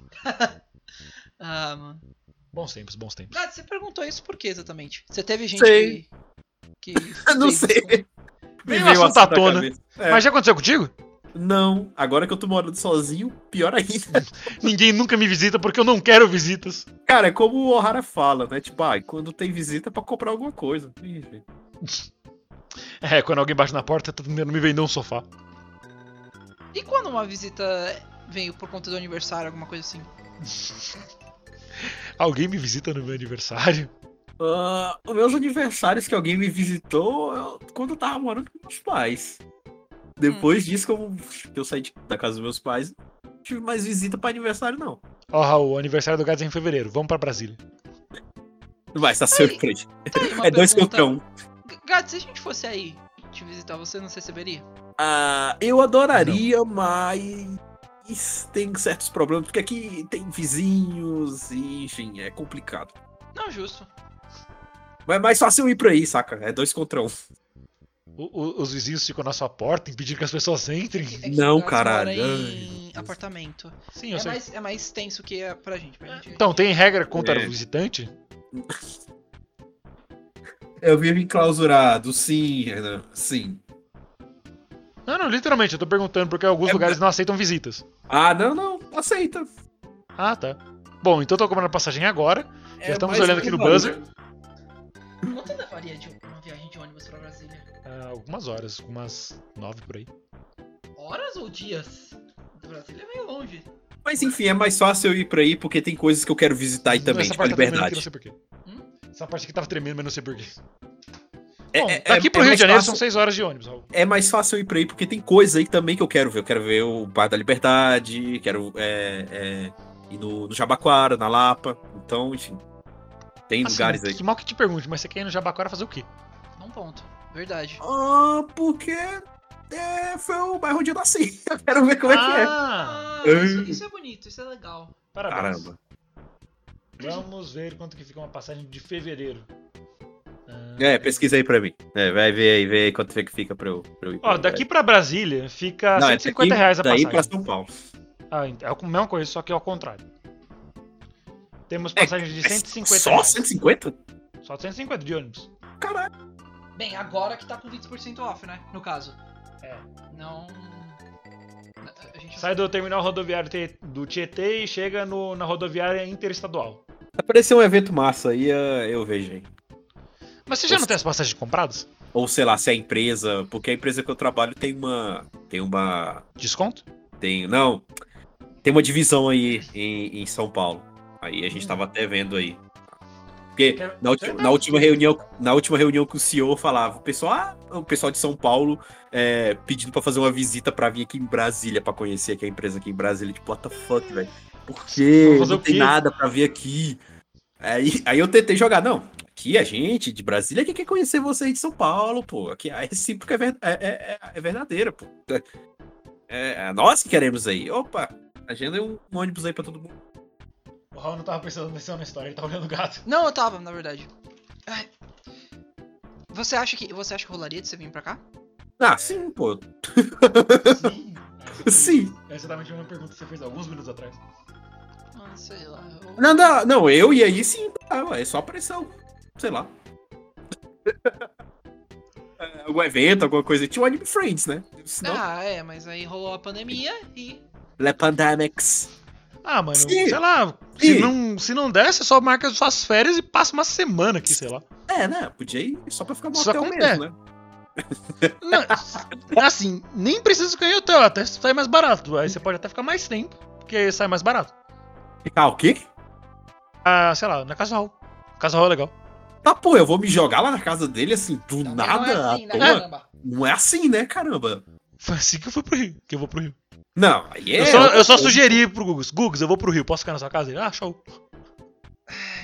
Ah, mano. Bons tempos, bons tempos. Ah, você perguntou isso por quê exatamente? Você teve gente Sei. que. Eu que não fez sei. isso? Vem Me o veio assim assunto na à tona. cabeça. É. Mas já aconteceu contigo? Não, agora que eu tô morando sozinho, pior ainda. Ninguém nunca me visita porque eu não quero visitas. Cara, é como o O'Hara fala, né? Tipo, ah, quando tem visita é pra comprar alguma coisa. Ih, gente. É, quando alguém bate na porta, tá tentando me vender um sofá. E quando uma visita veio por conta do aniversário, alguma coisa assim? Alguém me visita no meu aniversário? Ah, os meus aniversários que alguém me visitou eu- quando eu tava morando com meus pais. Depois Hum. disso, como eu saí de- da casa dos meus pais, não tive mais visita pra aniversário, não. Ó, Raul, aniversário do Gads é em fevereiro. Vamos pra Brasília. Vai, tá surpreso. Tá aí uma É dois pergunta. contra um. G- Gato, se a gente fosse aí te visitar, você não se receberia? Ah, eu adoraria, mas tem certos problemas, porque aqui tem vizinhos e, enfim, é complicado. Não, justo. Mas é mais fácil eu ir pra aí, saca? É dois contra um. O- o- os vizinhos ficam na sua porta impedindo que as pessoas entrem. É que Não, o Gats caralho. mora Ai, meu em Deus. apartamento. Sim, eu É sei. mais, é mais tenso que é pra gente. Pra gente Então, tem regra contra É. o visitante? Eu vivo enclausurado, sim, Renan, sim. Não, não, literalmente, eu tô perguntando porque alguns É- lugares não aceitam visitas. Ah, não, não, aceita. Ah, tá. Bom, então eu tô comprando a passagem agora. Já estamos mais olhando aqui no provável. buzzer. Quanto levaria de uma viagem de ônibus pra Brasília? Ah, algumas horas, umas nove por aí. Horas ou dias? Brasília é meio longe. Mas enfim, é mais fácil eu ir pra aí porque tem coisas que eu quero visitar aí também, Essa tipo a parte tá tremendo que eu não liberdade. sei porquê. Hum? Essa parte aqui tava tremendo, mas não sei porquê. É- Bom, é- daqui é- pro é Rio mais de Janeiro fácil- são seis horas de ônibus, Raul. É mais fácil eu ir pra aí porque tem coisa aí também que eu quero ver. Eu quero ver o Bar da Liberdade, quero é, é, ir no, no Jabaquara, na Lapa. Então, enfim. Tem Assim, lugares aí. Que mal que te pergunte, mas você quer ir no Jabaquara fazer o quê? Não ponto. Verdade. Ah, porque é, foi o bairro onde eu nasci. Eu quero ver como é que é. ah, Ah, Ai. isso, isso é bonito, isso é legal. Parabéns. Caramba. Vamos ver quanto que fica uma passagem de fevereiro. Ah, É, pesquisa aí pra mim. É, vai ver aí, vê aí quanto é que fica pra eu, pra eu ir. pra Ó, aí. daqui pra Brasília fica Não, é 150 daqui- reais a daí passagem. pra São Paulo. Ah, ent- é a mesma coisa, só que ao contrário. Temos passagens de É 150 Só reais. 150? Só 150 de ônibus. Caralho. Bem, agora que tá com 20% off, né? No caso. É. Não. A gente Sai do terminal rodoviário Tie- do Tietê e chega no- na rodoviária interestadual. Aparecer um evento massa aí, eh, eu vejo, hein. Mas você já não tem as passagens compradas? Ou sei lá, se a empresa. Porque a empresa que eu trabalho tem uma. Tem uma. Desconto? Tem. Não. Tem uma divisão aí em, em São Paulo. Aí a gente tava até vendo aí. Porque É, na, ulti- na última reunião, na última reunião que o CEO falava, o pessoal, ah, o pessoal de São Paulo é, pedindo pra fazer uma visita pra vir aqui em Brasília pra conhecer aqui a empresa aqui em Brasília, tipo, what the fuck, velho. Por quê? Vamos fazer Não o tem quê? nada pra ver aqui. Aí, aí eu tentei jogar, não. Aqui a gente de Brasília que quer conhecer vocês de São Paulo, pô. Aqui a recíproca é, ver- é- é- é- é verdadeira, pô. É, é nós que queremos aí. Opa, agenda um ônibus aí pra todo mundo. O Raul não tava pensando nessa na história, ele tava olhando o gato. Não, eu tava, na verdade. Ai. Você acha que você acha que rolaria de você vir pra cá? Ah, sim, pô. Sim. Sim. É exatamente a mesma pergunta que você fez alguns minutos atrás. Ah, sei lá. eu- Não, não, não, eu e aí sim, tá, ué, é só pressão. Sei lá. É, algum evento, alguma coisa. Tinha o Anime Friends, né? Senão... Ah, é, mas aí rolou a pandemia e. Le Pandemics. Ah, mano, Sim. sei lá. Sim. Se não, se não der, você só marca suas férias e passa uma semana aqui, sei lá. É, né? Podia ir só pra ficar no Só hotel com- mesmo, né? Não, assim, nem precisa ficar em hotel, até sai mais barato. Aí você pode até ficar mais tempo, porque sai mais barato. Ah, o quê? Ah, sei lá, na Casa Hall. Casa Hall é legal. Tá, pô, eu vou me jogar lá na casa dele assim, do Também nada. Não é assim, à né, toa. caramba? Não é assim, né, caramba? Foi assim que eu fui pro Rio, que eu vou pro Rio. Não, aí é. eu, só, eu só outra coisa. sugeri pro Gugus, Gugus, eu vou pro Rio, posso ficar na sua casa? Ele, ah, show.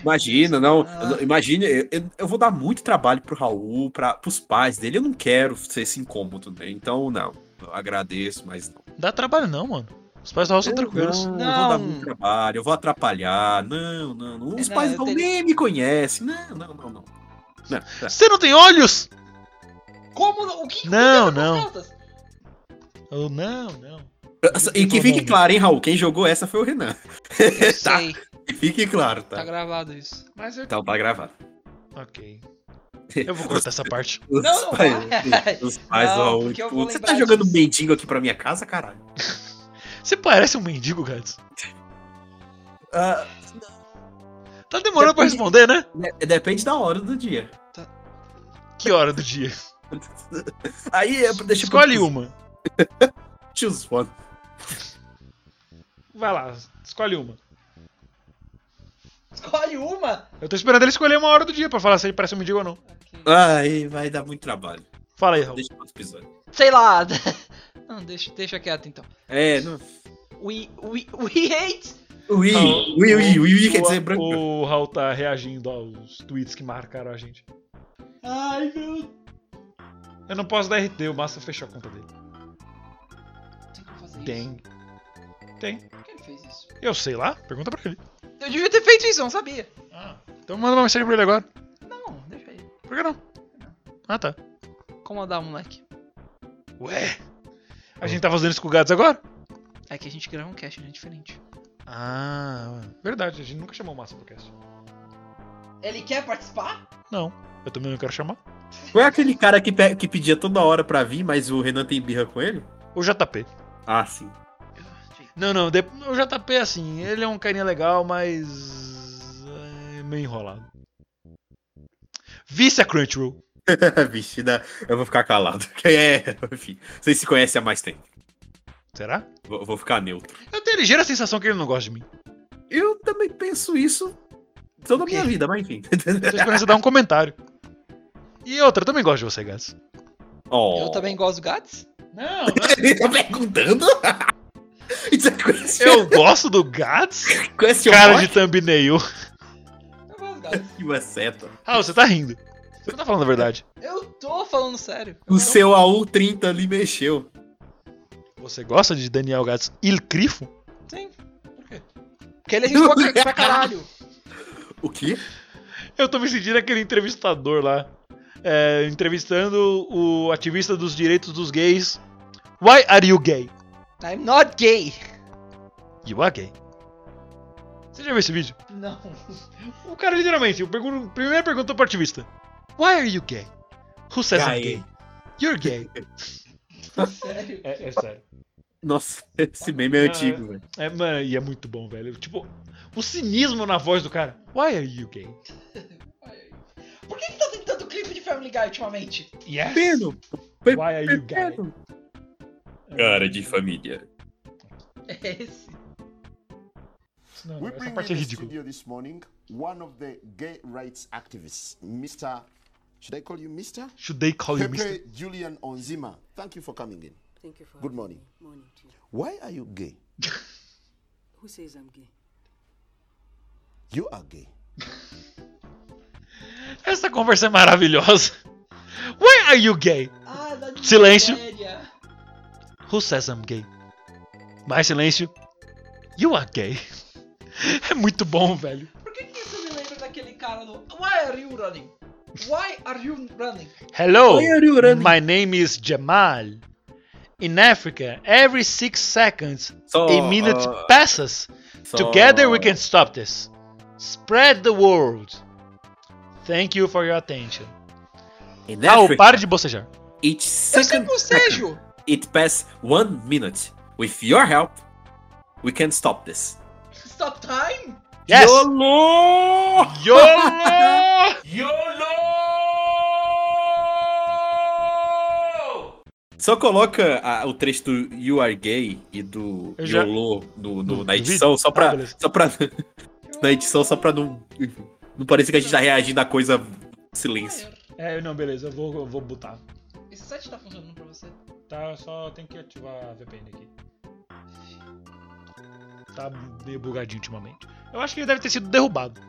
Imagina, não. Ah. eu não- Imagina, eu, eu- eu vou dar muito trabalho pro Raul, pra, pros pais dele. Eu não quero ser esse incômodo, né? Então, não. Eu agradeço, mas não. Não Dá trabalho não, mano. Os pais da Hall são tranquilos. Não, eu vou dar Não. É, muito trabalho, eu vou atrapalhar. Não, não, não. Os Não, pais eu não tenho- nem me conhecem. Não, não, não, não. Não, tá. Você não tem olhos? Como? não- O que? Não, aconteceu não. com as crianças? Eu, não, não. E que fique claro, hein, Raul? Quem jogou essa foi o Renan. Eu Tá. sei, Que fique claro, tá tá? gravado isso. Mas eu... Então tá gravado. Ok. Eu vou cortar essa parte. Os Não, não pais, vai. os pais Não, do Raul, porque eu tipo, vou você tá lembrar jogando disso. mendigo aqui pra minha casa, caralho? Você parece um mendigo, Gads. Ah, Tá É demorando pra responder, né? de- depende da hora do dia. Que hora do dia? Aí eu deixa Escolhe uma. Choose one. Vai lá, escolhe uma. Escolhe uma. Eu tô esperando ele escolher uma hora do dia pra falar se ele parece um mendigo ou não. Ai, vai dar muito trabalho. Fala aí, Raul. Deixa pro outro episódio. Sei lá. Não, deixa, deixa quieto então. É, não. Tá We, we, we hate. Ui, Raul, ui, ui, ui, ui, quer o- dizer branco. O Raul tá reagindo aos tweets que marcaram a gente. Ai, meu Eu não posso dar RT, o Massa fechou a conta dele. Tem que fazer Tem. Tem. isso. Quem fez isso? Eu sei lá, pergunta pra ele. Eu devia ter feito isso, eu não sabia. Ah. Então manda uma mensagem pra ele agora. Não, deixa aí. Por que não? Ah tá. Incomodar o moleque. Ué! A gente tá fazendo isso com o Gads agora? É que a gente grava um cast, né? Diferente. Ah, verdade, a gente nunca chamou o Massa pro cast. Ele quer participar? Não, eu também não quero chamar. Foi aquele cara que, pe- que pedia toda hora pra vir, mas o Renan tem birra com ele? O JP. Ah, sim. Não, não, de- o JP assim, ele é um carinha legal, mas. é meio enrolado. Vice a Crunchyroll. Vixe, dá- eu vou ficar calado. É, enfim. Vocês se conhecem há mais tempo. Será? Vou, vou ficar neutro. Eu tenho a ligeira sensação que ele não gosta de mim. Eu também penso isso toda a minha vida, mas enfim. Eu tô esperando você dar um comentário. E outra, eu também gosto de você, Gats. oh. Eu também gosto do Gats? Não, Ele tá perguntando? Isso é conhece, eu gosto do Gats? conhece Cara o de thumbnail. Eu gosto do Gats. de... uma seta. Ah, você tá rindo. Você não tá falando a verdade. Eu tô falando sério. O seu AU30 ali mexeu. Você gosta de Daniel Gats Il Crifo? Sim. Por quê? Porque ele é gente boa pra caralho. O quê? Eu tô me sentindo aquele entrevistador lá. é, entrevistando o ativista dos direitos dos gays. Why are you gay? I'm not gay. You are gay. Você já viu esse vídeo? Não. O cara literalmente, o pergun- primeiro perguntou pro ativista. Why are you gay? Who says I'm Gay. gay? You're gay. Sério? É, é sério. Nossa, esse meme é antigo, velho. É, mano, e é muito bom, velho. Tipo, o cinismo na voz do cara. Why are you gay? Por que, que tá tendo tanto clipe de Family Guy ultimamente? Yes. Pino, Why are you gay? pino. Cara de família. É esse. Não, We essa bring parte é in the ridícula. studio this morning one of the gay rights activists, Mr. Should I call you Mr.? Should they call you Mr. Pepe Julian Onzima. Thank you for coming in. Thank you for Good having morning. me. Morning to you. Why are you gay? Who says I'm gay? You are gay. Essa conversa é maravilhosa. Why are you gay? Ah, da Silêncio. Nigéria. Who says I'm gay? Mais silêncio. You are gay. É muito bom, velho. Por que, que isso me lembra daquele cara do Why are you running? Why are you running? Hello, Why are you running? my name is Jamal. In Africa, every six seconds, Só, a minute ah, passes. só- Together we can stop this. Spread the world. Thank you for your attention. In Ah, Africa, para de bocejar. Each Eu sei second, second bocejo! it pass one minute. With your help, we can stop this. Stop time? Yes! YOLO! YOLO! Só coloca a- o trecho do You Are Gay e do Eu já- YOLO no, no- No na edição, vídeo? só pra. Ah, beleza. só pra na edição, só pra não. Não parecer que a gente tá reagindo a coisa em silêncio. É, não, beleza, eu vou, eu vou botar. Esse site tá funcionando pra você? Tá, eu só tenho que ativar a VPN aqui. Tá meio bugadinho ultimamente. Eu acho que ele deve ter sido derrubado.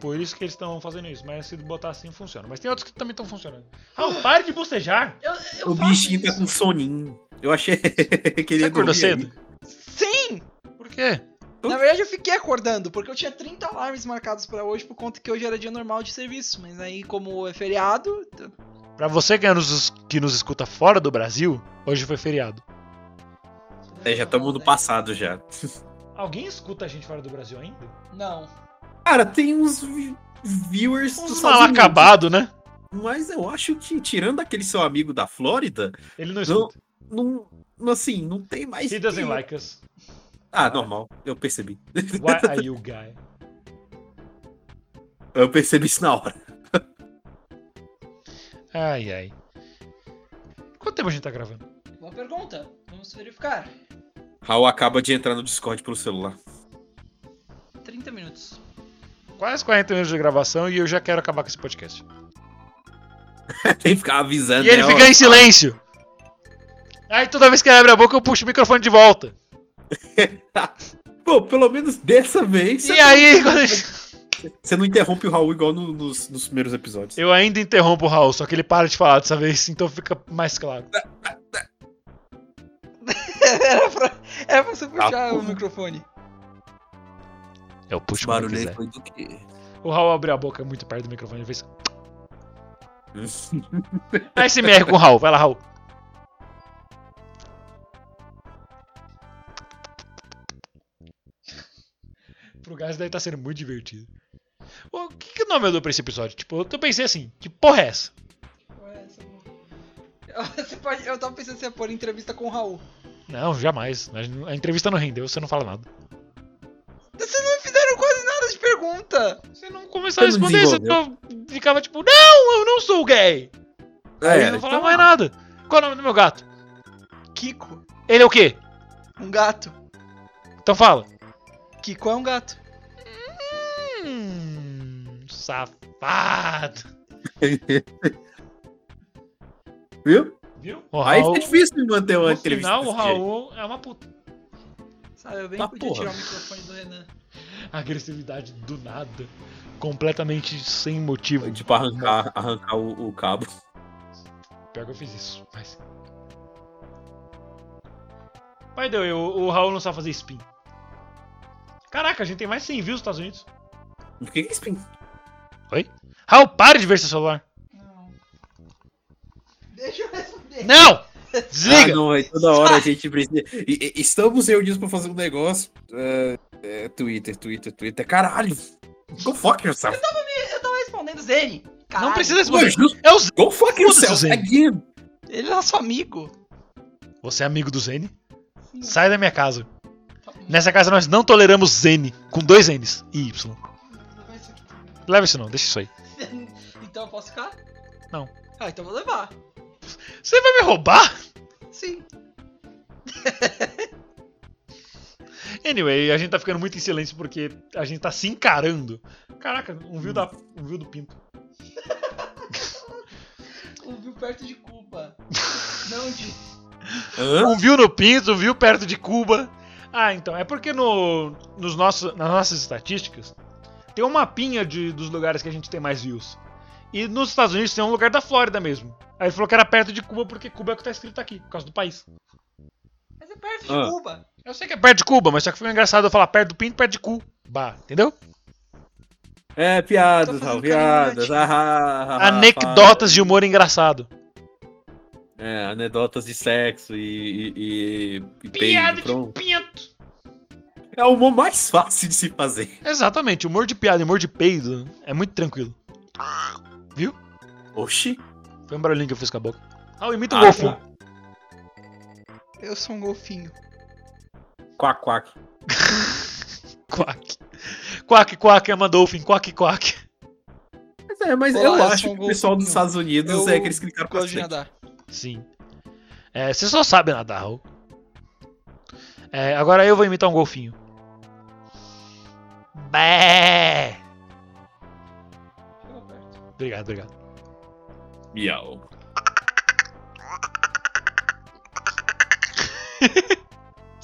Por isso que eles estão fazendo isso. Mas se botar assim, funciona. Mas tem outros que também estão funcionando. Ah. Raul, pare de bocejar! Eu, eu o faço bichinho tá isso. com soninho. Eu achei que ele Você ia acordou dormir cedo? aí. Sim! Por quê? Na verdade eu fiquei acordando, porque eu tinha 30 alarmes marcados pra hoje por conta que hoje era dia normal de serviço. Mas aí, como é feriado, t- Pra você que é nos, que nos escuta fora do Brasil, hoje foi feriado. É, já estamos né? no passado já. Alguém escuta a gente fora do Brasil ainda? Não. Cara, tem uns vi- viewers Uns mal Estados Unidos, acabado, né? Mas eu acho que, tirando aquele seu amigo da Flórida, Ele Não. não escuta. não, não, assim, não tem mais. He doesn't quem- like us. Ah, normal. Eu percebi. Why are you guy? Eu percebi isso na hora. Ai, ai. Quanto tempo a gente tá gravando? Boa pergunta. Vamos verificar. Raul acaba de entrar no Discord pelo celular. 30 minutos. Quase 40 minutos de gravação e eu já quero acabar com esse podcast. tem que ficar avisando. E ele né, fica ó. em silêncio. Aí toda vez que ele abre a boca eu puxo o microfone de volta. Pô, pelo menos dessa vez. e aí, quando ele- Você não interrompe o Raul igual no- nos, nos primeiros episódios. eu ainda interrompo o Raul, só que ele para de falar dessa vez, então fica mais claro. era, pra, Tá era pra você puxar o porra. microfone. Eu puxo quando eu barulho aí quiser. foi do quê? O Raul abriu a boca muito perto do microfone e fez. ASMR Ah, com o Raul, vai lá, Raul. Pro gás deve estar sendo muito divertido. O que, que o nome eu dou pra esse episódio? Tipo, eu tô- pensei assim, que porra é essa? Ué, essa porra. Você pode, eu tava pensando se ia pôr entrevista com o Raul. Não, jamais. A, a entrevista não rendeu, você não fala nada. Vocês não fizeram quase nada de pergunta. Você não começou a Você não responder, você só ficava tipo, não, eu não sou gay. É, Aí então, eu não falava mais nada. Qual é o nome do meu gato? Kiko, Ele é o quê? um gato. Então fala. Kiko é um gato. Hum, safado. Viu? Viu? O Aí Raul, fica difícil de manter uma no entrevista. final, o desse jeito. Raul é uma puta. Sabe, eu bem Tá podia porra. tirar o microfone do Renan. Agressividade do nada. Completamente sem motivo. Tipo, arrancar, arrancar o, o cabo. Pior que eu fiz isso, mas. Mas deu, eu, o Raul não sabe fazer spin. Caraca, a gente tem mais 100 views nos Estados Unidos. Por que que esse pin- Raul, pare de ver seu celular. Não. Deixa eu responder. Não! Ah, Desliga! não, é toda hora a gente precisa. e- e- Estamos reunidos pra fazer um negócio. É, é, Twitter, Twitter, Twitter. Caralho! Go fuck yourself! Eu tava respondendo Zene. Não, Caralho. precisa Pô, responder. justo- É o Z- Go fuck Foda-se, yourself Zé. again! Ele é nosso amigo. Você é amigo do Zene? Sai da minha casa. Nessa casa nós não toleramos N, com dois N's e Y. Leva isso não, deixa isso aí. Então eu posso ficar? Não. Ah, então eu vou levar. Você vai me roubar? Sim. Anyway, a gente tá ficando muito em silêncio porque a gente tá se encarando. Caraca, um viu, da, um viu do pinto. O Bill perto de Cuba. Não de. Hã? Um viu no pinto, um viu perto de Cuba. Ah, então, é porque no, nos nossos, nas nossas estatísticas tem um mapinha de, dos lugares que a gente tem mais views. E nos Estados Unidos tem um lugar da Flórida mesmo. Aí ele falou que era perto de Cuba porque Cuba é o que tá escrito aqui, por causa do país. Mas é perto de Ah. Cuba. Eu sei que é perto de Cuba, mas só que foi engraçado eu falar perto do pinto, perto de cu. Bah, entendeu? É, Tô Tá piadas, fazendo Raul, piadas. carinho, Ah, ah, ah, ah, Anecdotas de humor engraçado. ah. É, anedotas de sexo e. e, e, e Piada peido, pronto. de pinto. É o humor mais fácil de se fazer. Exatamente, humor de piada, humor de peido é muito tranquilo. Oxi. Foi um barulhinho que eu fiz com a boca. Ah, eu imito o Ah, golfo. tá. Eu sou um golfinho. Quac, quac. Quack. Quack, quack, Amandolfin, quack, quack. Mas é, mas Olá, eu, eu acho sou um que o pessoal dos golfinho. Estados Unidos Eu é aqueles que clicaram pra Gosto de frente. nadar. Sim. É, você só sabe nadar, Raul. É, agora eu vou imitar um golfinho. Bé! Chegou perto. Obrigado, obrigado. Miau.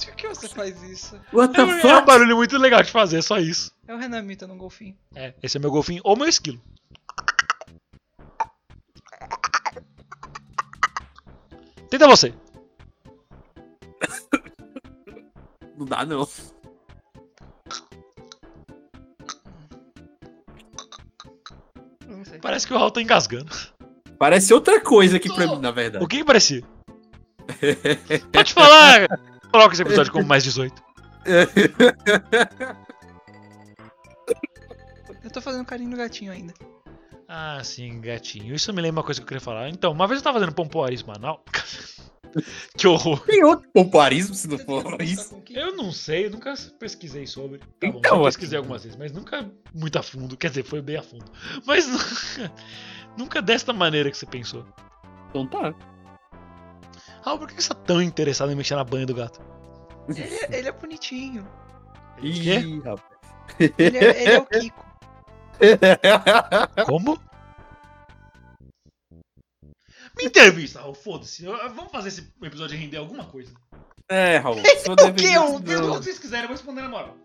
Por que você faz isso? What É, um- é um barulho muito legal de fazer, só isso. É o Renan imitando um golfinho. É, esse é meu golfinho ou meu esquilo. Tenta você. Não dá, não. Eu Não sei. Parece que o Raul tá engasgando. Parece outra coisa aqui pra mim, na verdade. O que que parecia? Pode te falar! Coloca esse episódio como mais 18. Eu tô fazendo carinho no gatinho ainda. Ah, sim, gatinho. Isso me lembra uma coisa que eu queria falar. Então, uma vez eu tava fazendo pompoarismo anal. que horror. Tem outro pomparismo, se não Você for tem que isso. conversar com quem? Eu não sei, eu nunca pesquisei sobre. Tá bom, Então, eu pesquisei assim- algumas vezes, mas nunca muito a fundo. Quer dizer, foi bem a fundo. Mas nunca, nunca desta maneira que você pensou. Então tá. Raul, por que você tá tão interessado em mexer na banha do gato? Ele, ele é bonitinho. Ih, rapaz. Ele é, ele é o Kiko. Ah. Como? Me entrevista, Raul, foda-se. Eu- eu- Vamos fazer esse episódio render alguma coisa. É, Raul. Só O Um que? deveria- O Vocês Não. o que vocês quiserem, eu vou responder na moral.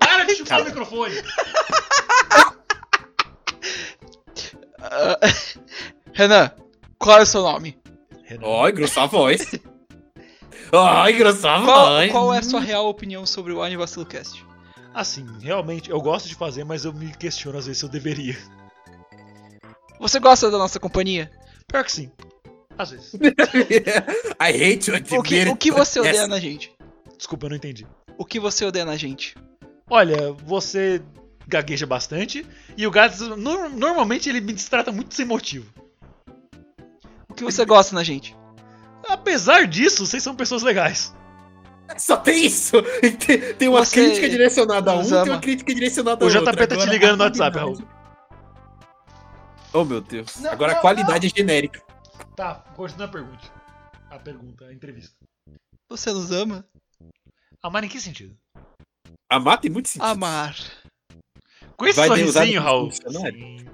Para de chupar o microfone! Ah, Renan, qual é o seu nome? Ó, engrossar a voz. Ó, engrossar a Qual, voz. qual é a sua real opinião sobre o Anivacilo Cast? Assim, realmente, eu gosto de fazer, mas eu me questiono às vezes se eu deveria. Você gosta da nossa companhia? Pior que sim. Às vezes. I hate you, O que, o que você odeia na gente? Desculpa, eu não entendi. O que você odeia na gente? Olha, você gagueja bastante e o gato nor- normalmente ele me distrata muito sem motivo. O que você gosta na gente? Apesar disso, vocês são pessoas legais. É Só tem isso. Tem, tem uma Você crítica direcionada a um, nos tem ama. uma crítica direcionada a O outro. JP tá te ligando no WhatsApp, Raul. Oh, meu Deus. Não, Agora não, a qualidade é genérica. Tá, continua a pergunta. A pergunta, a entrevista. Você nos ama? Amar em que sentido? Amar tem muito sentido. Amar. Com esse Vai deusar sorrisinho, no Raul. funcionário? Sim.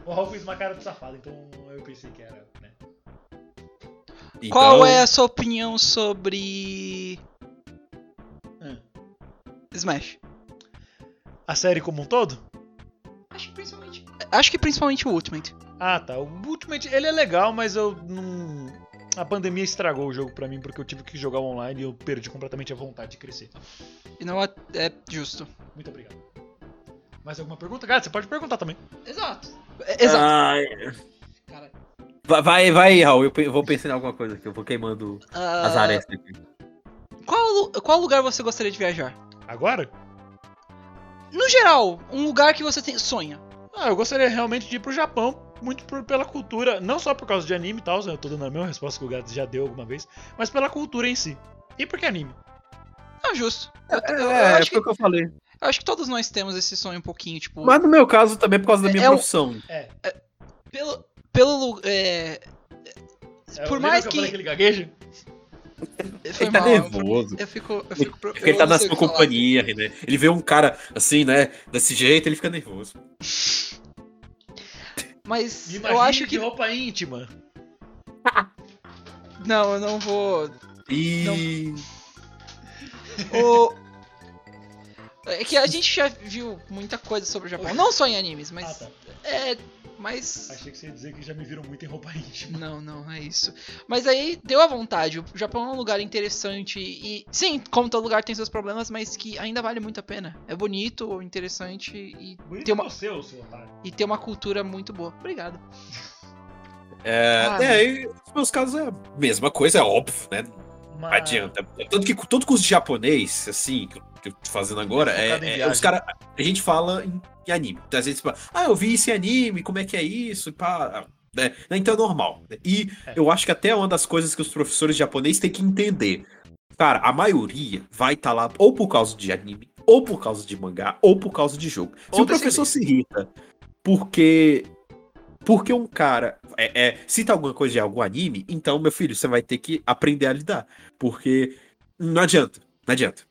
o Raul fez uma cara de safado, então eu pensei que era, né? Então, Qual é a sua opinião sobre. Ah. Smash? A série como um todo? Acho que principalmente. Acho que principalmente o Ultimate. Ah, tá. O Ultimate, ele é legal, mas eu não... A pandemia estragou o jogo pra mim, porque eu tive que jogar online e eu perdi completamente a vontade de crescer. E não é, é justo. Muito obrigado. Mais alguma pergunta? Cara, você pode perguntar também. Exato. Exato. Ai, Cara, vai- vai, vai, aí, Raul. Eu pe- eu vou pensando em alguma coisa aqui. Eu vou queimando ah, as arestas aqui. qual, lu- qual lugar você gostaria de viajar? Agora? No geral, um lugar que você tem, sonha. Ah, eu gostaria realmente de ir pro Japão muito por- pela cultura, não só por causa de anime e tal, né? eu tô dando a mesma resposta que o Gato já deu alguma vez, mas pela cultura em si. E por que anime? Não, Ah, justo. Eu, eu- eu É, acho, foi que, o que eu falei. eu acho que todos nós temos esse sonho um pouquinho, tipo. Mas no meu caso também é por causa da minha É o- profissão. Pelo. Pelo. lu- É, É, por lembra mais eu que. falei aquele gaguejo? Foi Ele tá mal, eu- nervoso. Eu fico. Eu fico pro- Porque ele eu tá não na sei o sua que falar. companhia, né? Ele vê um cara assim, né? Desse jeito, ele fica nervoso. Mas Me eu imagine acho de que. roupa íntima. Não, eu não vou. E. O- É que a gente já viu muita coisa sobre o Japão. Não só em animes, mas. Ah, tá. É. Mas. Achei que você ia dizer que já me viram muito em roupa íntima. Não, não, é isso. Mas aí deu à vontade. O Japão é um lugar interessante e. Sim, como todo lugar tem seus problemas, mas que ainda vale muito a pena. É bonito, interessante e Bonito tem uma, você, ô seu otário. e tem uma cultura muito boa. Obrigado. É, Ah, é, e nos meus casos é a mesma coisa, é óbvio, né? Não Mas- adianta. tá- Tanto que todo curso de japonês, assim, que eu que eu tô fazendo agora, é, Focado em é- viagem. os caras. A gente fala em, em anime. Às vezes fala, ah, eu vi esse anime, como é que é isso? e Pá. né? Então é normal. E É. eu acho que até é uma das coisas que os professores japoneses têm que entender. Cara, a maioria vai estar lá ou por causa de anime, ou por causa de mangá, ou por causa de jogo. Se Ou o desse professor se irrita porque porque um cara é, é, cita alguma coisa de algum anime, então, meu filho, você vai ter que aprender a lidar. Porque não adianta, não adianta.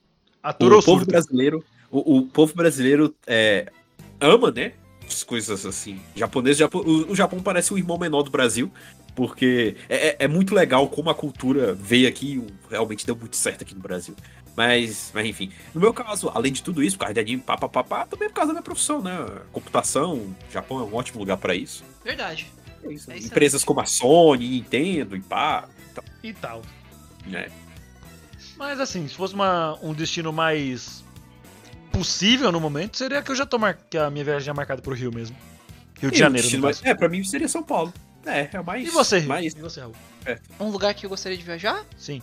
Ator O ou povo tá- surdo? brasileiro, o, o povo brasileiro é, ama, né? As coisas assim. Japonês, Japão, o, o Japão parece o irmão menor do Brasil. Porque é, é- é muito legal como a cultura veio aqui e realmente deu muito certo aqui no Brasil. Mas, mas enfim, no meu caso, além de tudo isso, por causa de anime, pá, pá, pá, pá, também é por causa da minha profissão, né? Computação, o Japão é um ótimo lugar pra isso. Verdade. É isso, É isso aí. Empresas como a Sony, Nintendo e pá, E tal. né? Mas assim, se fosse uma- um destino mais possível no momento, seria que eu já tô mar... que a minha viagem é marcada pro Rio mesmo. Rio de E o Janeiro, destino no mais- caso. É, pra mim seria São Paulo. É, é o mais. E você, Rio? Mais... E você, Raul? Um lugar que eu gostaria de viajar? Sim.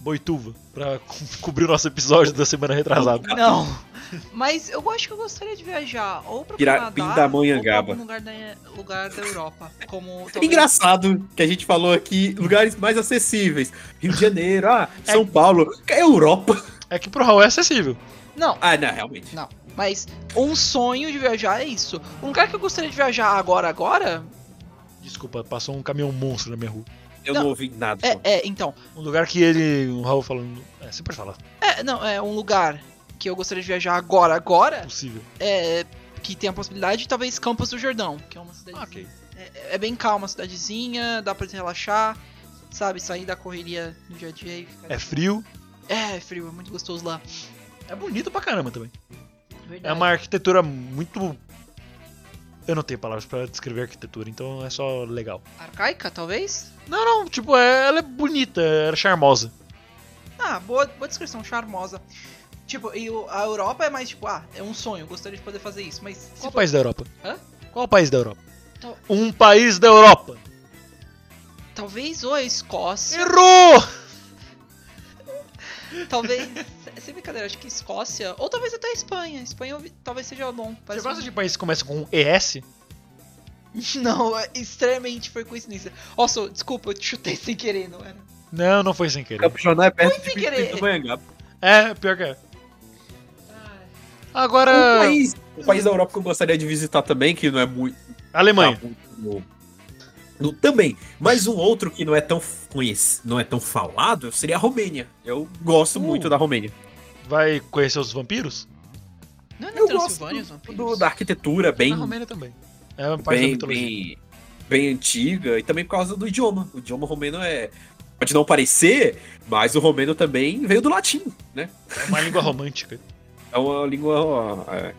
Boituva, pra co- cobrir o nosso episódio da semana retrasada. Não. Mas eu acho que eu gostaria de viajar ou pra Pira- Canadá ou pra Pindamonhangaba. algum lugar da, lugar da Europa. Como talvez- Engraçado que a gente falou aqui lugares mais acessíveis. Rio de Janeiro, ah, São Paulo, Europa. É que pro Raul é acessível. Não, Ah, não, realmente. Não, mas um sonho de viajar é isso. Um lugar que eu gostaria de viajar agora, agora. Desculpa, passou um caminhão monstro na minha rua. Eu não, Não. ouvi nada. É, é, então. Um lugar que ele. O Raul falando. É, você pode falar, É, não, é um lugar que eu gostaria de viajar agora, agora. possível. É. Que tem a possibilidade, talvez Campos do Jordão, que é uma cidade. Ah, ok. É, é bem calma, a cidadezinha, dá pra se relaxar, sabe? Sair da correria no dia a dia e ficar. É frio. É, é frio, é muito gostoso lá. É bonito pra caramba também. É Verdade. uma arquitetura muito. Eu não tenho palavras pra descrever a arquitetura, então é só legal. Arcaica, talvez? Não, não, tipo, é- ela é bonita, era charmosa. Ah, boa, boa descrição, charmosa. Tipo, e o- a Europa é mais tipo, ah, é um sonho, eu gostaria de poder fazer isso, mas. se Qual for- país da Europa? Hã? Qual país da Europa? Tô- Um país da Europa! Talvez ou a Escócia. Errou! Talvez. é Sem brincadeira, acho que Escócia. Ou talvez até a Espanha. Espanha eu vi- talvez seja bom. Você parece gosta um- de país que começa com ES? Não, é extremamente foi coincidência. Nossa, desculpa, eu te chutei sem querer, não era? Não, não foi sem querer. Jornal é perto sem querer. Pindamonhangaba. É, pior que é. Um Agora. país, um país da Europa que eu gostaria de visitar também, que não é muito. Alemanha. tá muito no- no- também. Mas um outro que não é tão conhec- não é tão falado seria a Romênia. Eu gosto Uh. muito da Romênia. Vai conhecer os vampiros? Não é na Eu Transilvânia, os gosto do- vampiros? da arquitetura bem, Na Romênia também. É um país da bem, mitologia. bem, bem antiga e também por causa do idioma. O idioma romeno é. Pode não parecer, mas o romeno também veio do latim, né? É uma língua romântica. É uma língua é,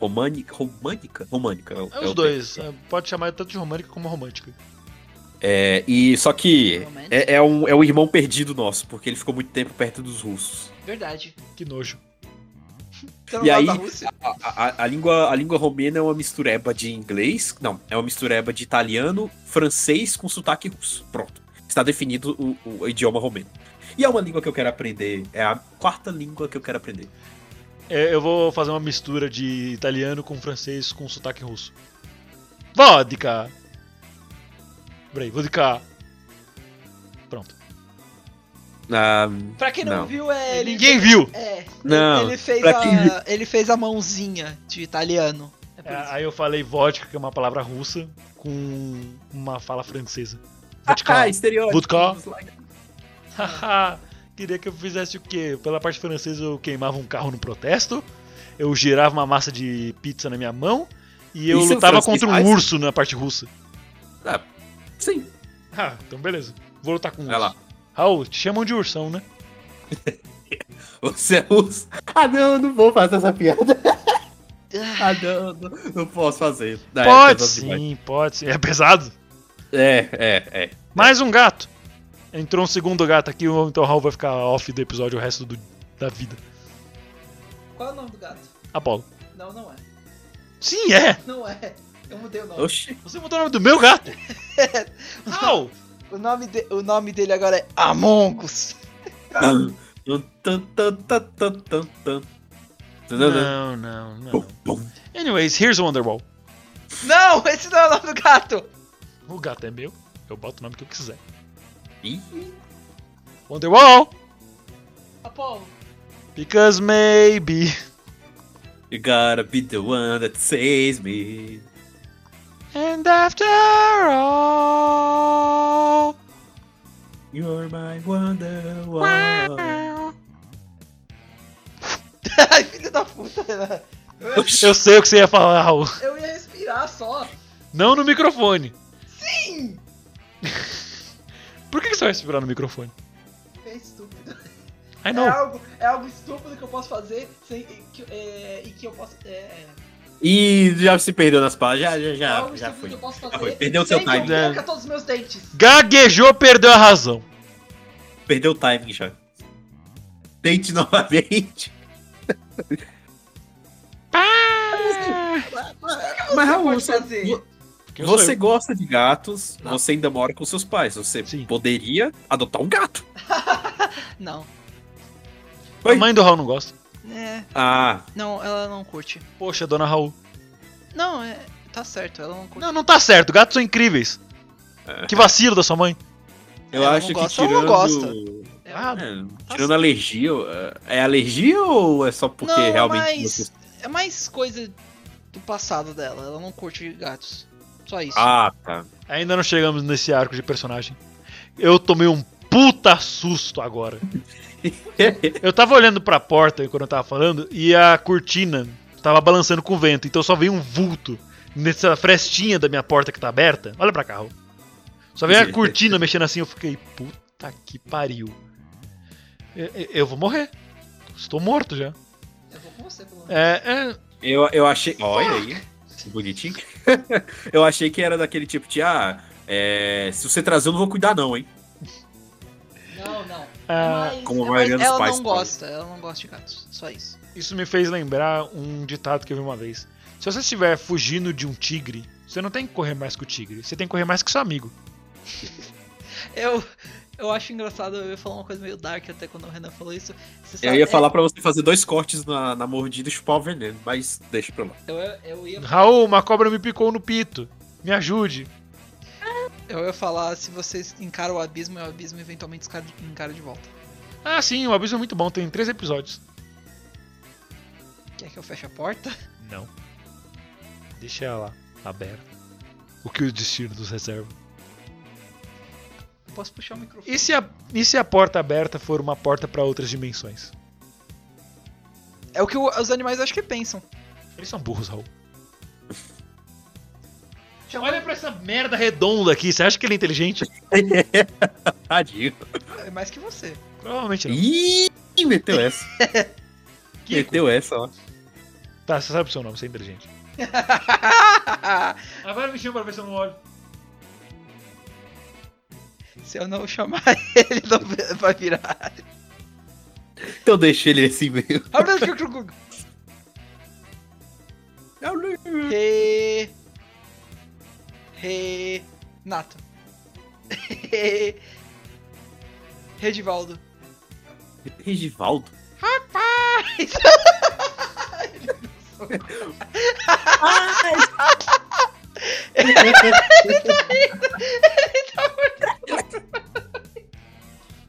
românica. Românica? Românica. é o- É é o os dois. é, Pode chamar tanto de romântica como romântica. É, e só que Romântico. é, é um, é um irmão perdido nosso, porque ele ficou muito tempo perto dos russos. Verdade. Que nojo. Você não E gosta aí- da Rússia? A, a- a língua, a língua romena é uma mistureba de inglês. Não, é uma mistureba de italiano, francês com sotaque russo. Pronto. Está definido o, o idioma romeno. E é uma língua que eu quero aprender. É a quarta língua que eu quero aprender. É, eu vou fazer uma mistura de italiano com francês com sotaque russo. Vodka! Peraí, vodka. Pronto. Ah, Pra quem não, Não. viu, é. Ele, Ninguém viu! é, não, ele, fez pra quem viu- a, ele fez a mãozinha de italiano. É por É, isso. aí eu falei vodka, que é uma palavra russa, com uma fala francesa. Ah, Vodka. estereótipo. Vodka. Haha, Queria que eu fizesse o quê? Pela parte francesa eu queimava um carro no protesto, eu girava uma massa de pizza na minha mão e eu é Isso o lutava francês contra um faz? urso na parte russa. Ah, sim, Ah, então beleza. Vou lutar com um vai urso. lá. Raul, te chamam de ursão, né? Você usa. Ah, não, eu não vou fazer essa piada. ah, não, não, não posso fazer. Ah, é pode pesado demais. sim, pode sim. É pesado. É, é, é. Mais um gato. Entrou um segundo gato aqui, então o Raul vai ficar off do episódio o resto do- da vida. Qual é o nome do gato? Apolo. Não, não é. Sim, é! Não é. Eu mudei o nome. Oxi. Você mudou o nome do meu gato! Raul! O nome, de- o nome dele agora é Amongus. Não, não, não. Anyways, here's Wonderwall. Não, esse não é o nome do gato. O gato é meu, eu boto o nome que eu quiser. Ih, Wonderwall, Apolo. because maybe. You gotta be the one that saves me. And after all. You're my wonder one. Ai, filho da puta, Renan. Eu sei o que você ia falar, Raul. Eu ia respirar só. Não no microfone. Sim! Por que que você vai respirar no microfone? É estúpido. I É know. algo, é algo estúpido que eu posso fazer sem, e, que, é, e que eu posso. É, é. Ih, já se perdeu nas palavras. Já, é já, algo já, Ah, já estúpido foi. que eu posso fazer. Já foi. Perdeu o seu sem que eu time. perca todos os meus dentes. Gaguejou, perdeu a razão. Perdeu o timing já. Tente novamente. Mas Raul, pode você, fazer? vo- Que eu você sou gosta de gatos, você ainda mora com seus pais. Você Sim. poderia adotar um gato. Não. eu. Oi. A mãe do Raul não gosta. É, Ah, não, ela não curte. Poxa, dona Raul. Não, é. Tá certo, ela não curte. Não, não tá certo, gatos são incríveis. Que vacilo da sua mãe. eu Ela não acho que gosta ou não tirando. gosta? Ah, tá tirando alergia, é alergia ou é só porque Não, realmente mas- você- É mais coisa do passado dela. Ela não curte gatos. Só isso. Ah, tá. Ainda não chegamos nesse arco de personagem. Eu tomei um puta susto agora. eu tava olhando pra porta quando eu tava falando e a cortina tava balançando com o vento, então só veio um vulto nessa frestinha da minha porta que tá aberta. Olha pra cá, Raul. Só veio a cortina mexendo assim, eu fiquei, puta que pariu. Eu, eu- eu vou morrer. Estou morto já. Eu vou com você, pelo menos. É, é, Eu, eu achei. Olha aí. que Bonitinho. eu achei que era daquele tipo de. Ah, é, se você trazer, eu não vou cuidar, não, hein? Não, não. É ah, mas, como a mas maioria dos ela pais não fala. gosta. Ela não gosta de gatos. Só isso. Isso me fez lembrar um ditado que eu vi uma vez. Se você estiver fugindo de um tigre, você não tem que correr mais que o tigre, você tem que correr mais que seu amigo. Eu, eu acho engraçado. Eu ia falar uma coisa meio dark até quando o Renan falou isso. Você Eu sabe- ia é, falar pra você fazer dois cortes na, na mordida e chupar o veneno, mas deixa pra lá. Eu, eu, ia, Raul, uma cobra me picou no pito. Me ajude. eu ia falar se vocês encaram o abismo e o abismo eventualmente encara- encara de volta. Ah, sim, o aviso é muito bom, tem três episódios. Quer que eu feche a porta? Não. Deixa ela aberta. O que o destino nos reserva. Eu posso puxar o microfone. E se a, e se a porta aberta for uma porta pra outras dimensões? É o que o- os animais acho que pensam. Eles são burros, Raul. Olha pra essa merda redonda aqui, você acha que ele é inteligente? Tadinho. É mais que você. Provavelmente não. Ih, meteu essa. Kiko, meteu essa, ó. tá, você sabe o seu nome, você é inteligente. Agora Ah, me chama pra ver se eu não olho. se eu não chamar ele, não vai virar. Então deixa ele assim meio. É Re. Re. Nato. Re. Redivaldo. Regivaldo.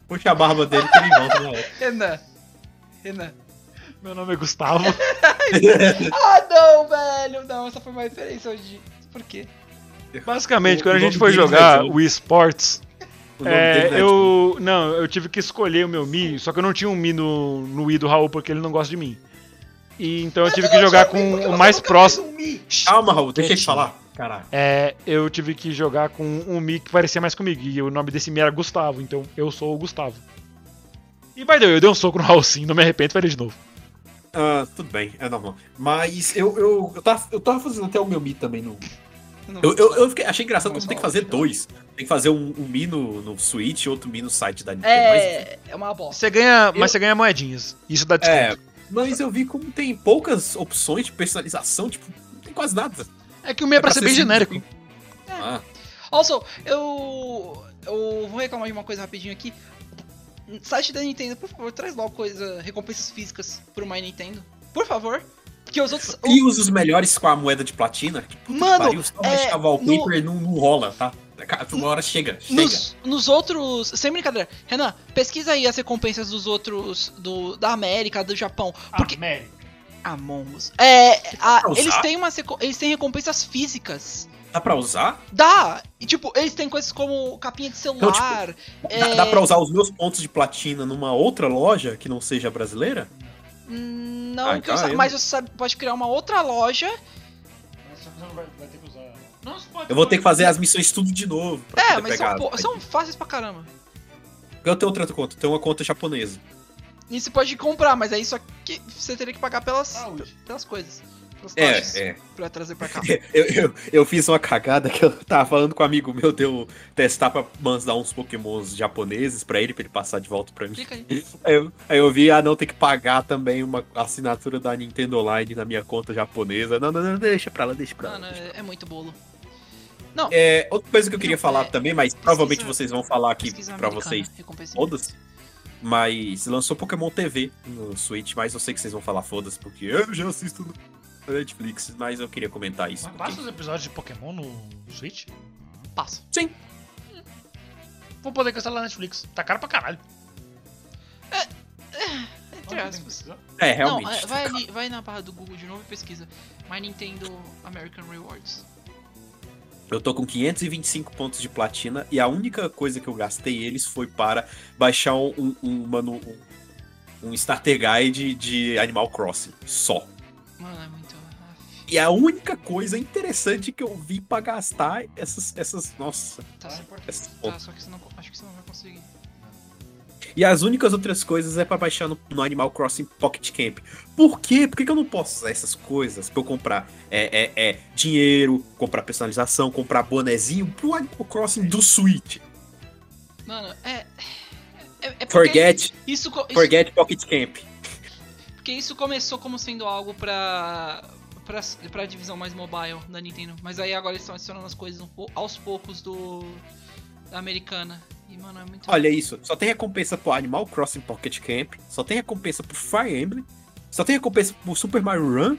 Puxa a barba dele que ele volta né? na hora. Renan. Renan. Meu nome é Gustavo. Ah, não, velho. Não, essa foi uma referência hoje. Por quê? Basicamente, O- quando a o gente nome foi dele jogar vai ser o- o esportes, né? O nome é, dele é eu. Não, eu tive que escolher o meu Mi, só que eu não tinha um Mi no, no Wii do Raul porque ele não gosta de mim. E então eu tive que jogar com o mais próximo. Calma, Raul, deixa ele falar. Caraca. É, eu tive que jogar com um Mi que parecia mais comigo. E o nome desse Mi era Gustavo, então eu sou o Gustavo. E by the way, eu dei um soco no Raul sim, não me arrependo, farei de novo. Ah, tudo bem, é normal. Mas eu, eu, eu, tava, eu tava fazendo até o meu Mi também no. Não, Eu, eu, eu fiquei- achei engraçado Vamos como tem que falar. fazer dois. Tem que fazer um, um Mi no, no Switch e outro Mi no site da Nintendo. Mas, É, é uma bosta. Você ganha, Ah, mas você ganha moedinhas. Isso dá é, desconto. mas eu vi como tem poucas opções de personalização, tipo, não tem quase nada. É, que o Mi é pra ser bem genérico. Ah, Also, eu. Eu vou reclamar de uma coisa rapidinho aqui. Site da Nintendo, por favor, traz logo coisa, recompensas físicas pro My Nintendo. Por favor. Porque os outros. e usa os melhores com a moeda de platina. Que puta que Mano, pariu, só é, baixar wallpaper não, não rola, tá? Uma hora chega, chega. Nos, nos outros. Sem brincadeira. Renan, pesquisa aí as recompensas dos outros. Do, da América, do Japão. É. Porque. Ah, Among Us. É. a- pra usar? eles, têm umas, reco- eles têm recompensas físicas. Dá pra usar? Dá! E, tipo, eles têm coisas como capinha de tipo, celular. Dá, é, dá pra usar os meus pontos de platina numa outra loja que não seja brasileira? hum, Não, Ah, que eu então sa- eu mas você sabe- pode criar uma outra loja. Eu vou ter que fazer as missões tudo de novo. pra É, poder mas pegar são, as po- moedinhas. são fáceis pra caramba. Eu tenho outra conta, eu tenho uma conta japonesa. E você pode comprar, mas aí só que você teria que pagar pelas, pelas coisas. Pelas taxas é. pra trazer pra cá. Eu, eu, eu fiz uma cagada que eu tava falando com um amigo meu de eu testar pra mandar uns pokémons japoneses pra ele, pra ele passar de volta pra mim. Clica aí. Aí eu, aí eu vi, ah, não, tem que pagar também uma assinatura da Nintendo Online na minha conta japonesa. Não, não, não, deixa pra lá, deixa pra lá. Mano, deixa pra lá. é, é muito bolo. É, outra coisa que eu queria Não, falar é, também, mas pesquisa- provavelmente vocês vão falar aqui Pesquisa pra americana, vocês recompensa. foda-se. Mas lançou Pokémon TV no Switch, mas eu sei que vocês vão falar foda-se, porque eu já assisto no Netflix, mas eu queria comentar isso. Mas porque- passa os episódios de Pokémon no Switch? Passo. Vou poder cancelar a Netflix. Tá caro pra caralho. Entre aspas. É, Não, realmente. é, vai, ali, vai na barra do Google de novo e pesquisa. My Nintendo American Rewards. Eu tô com 525 pontos de platina e a única coisa que eu gastei eles foi para baixar um, um, mano, um, um starter guide de Animal Crossing, só. Mano, é muito. ah, E a única coisa interessante que eu vi pra gastar essas, essas, nossa, Tá, essas tá pontas. só que você não. co- Acho que você não vai conseguir. E as únicas outras coisas é pra baixar no, no Animal Crossing Pocket Camp. Por quê? Por que, que eu não posso usar essas coisas pra eu comprar é, é, é, dinheiro, comprar personalização, comprar bonezinho pro Animal Crossing do Switch? Mano, é. É, é porque Forget, Isso, co- isso forget Pocket Camp. Porque isso começou como sendo algo pra, pra, pra divisão mais mobile da Nintendo. Mas aí agora eles estão adicionando as coisas um pou- aos poucos do. da americana. E, mano, é muito. Olha isso, só tem recompensa pro Animal Crossing Pocket Camp, só tem recompensa pro Fire Emblem, só tem recompensa pro Super Mario Run,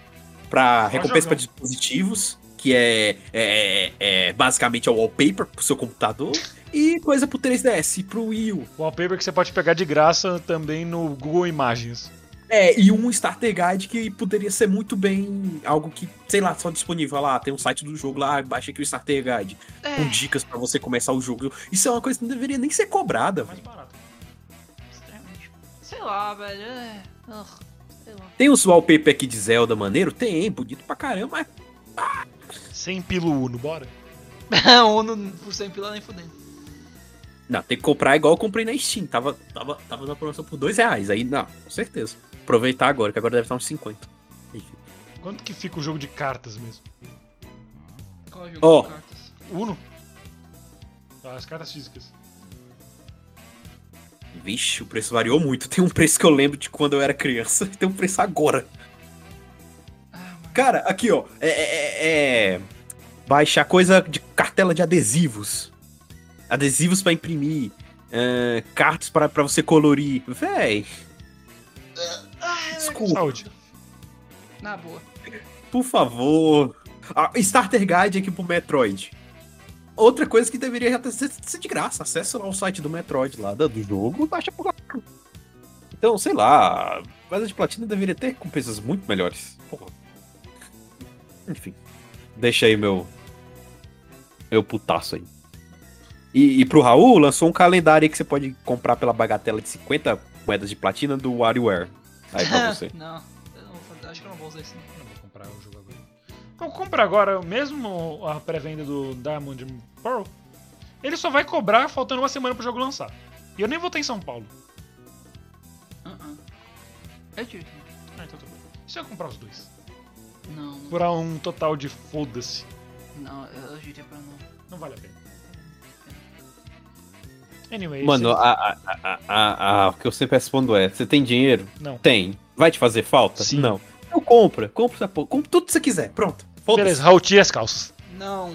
pra recompensa pra dispositivos, que é, é, é basicamente é o wallpaper pro seu computador, e coisa pro 3DS, e pro Wii U. Wallpaper que você pode pegar de graça também no Google Imagens. É, e um starter guide que poderia ser muito bem algo que, sei lá, só disponível lá, tem um site do jogo lá, baixa aqui o starter guide, com É, dicas pra você começar o jogo. Isso é uma coisa que não deveria nem ser cobrada, velho. extremamente. Sei lá, velho. É. ugh, sei lá. Tem os wallpaper aqui de Zelda maneiro? Tem, bonito pra caramba, mas Sem pilo Uno, bora? ONU por 100 pila nem fudendo. Não, tem que comprar igual eu comprei na Steam. Tava, tava, tava na promoção por dois reais. Aí, não, com certeza. Aproveitar agora, que agora deve estar uns 50. Enfim. Quanto que fica o jogo de cartas mesmo? Qual é o jogo Ó. de cartas? Uno? Ah, As cartas físicas. Vixe, o preço variou muito. Tem um preço que eu lembro de quando eu era criança. e Tem um preço agora. Ah, mano. Cara, aqui, ó. É. é- é- é- Baixar coisa de cartela de adesivos. Adesivos pra imprimir. é, cartas pra, pra você colorir. Véi, Ah, desculpa. Saúde. na boa. Por favor. a Starter Guide aqui pro Metroid. Outra coisa que deveria já ter- ser ser de graça. Acessa lá o site do Metroid lá, da- do jogo, baixa por lá. Então, sei lá, mas de platina deveria ter recompensas muito melhores. Porra. Enfim. Deixa aí meu. Meu putaço aí. E, e pro Raul, lançou um calendário aí que você pode comprar pela bagatela de 50 moedas de platina do WarioWare. Aí pra você. não, eu não vou- acho que eu não vou usar isso. não. Não vou comprar o jogo agora. Eu compro Então agora mesmo a pré-venda do Diamond and Pearl. Ele só vai cobrar faltando uma semana pro jogo lançar. E eu nem vou estar em São Paulo. Uh-uh. É Eu tiro. Ah, então tá bom. E se eu comprar os dois? Não, Por um total de foda-se. não, eu, eu diria pra não. Não vale a pena. Anyway, Mano, esse- a, a, a, a, a- o que eu sempre respondo é: você tem dinheiro? Não. Tem. Vai te fazer falta? Sim. Não. Então compra, compra essa porra, compra tudo que você quiser. Pronto. beleza, Raul, tira as calças. Não.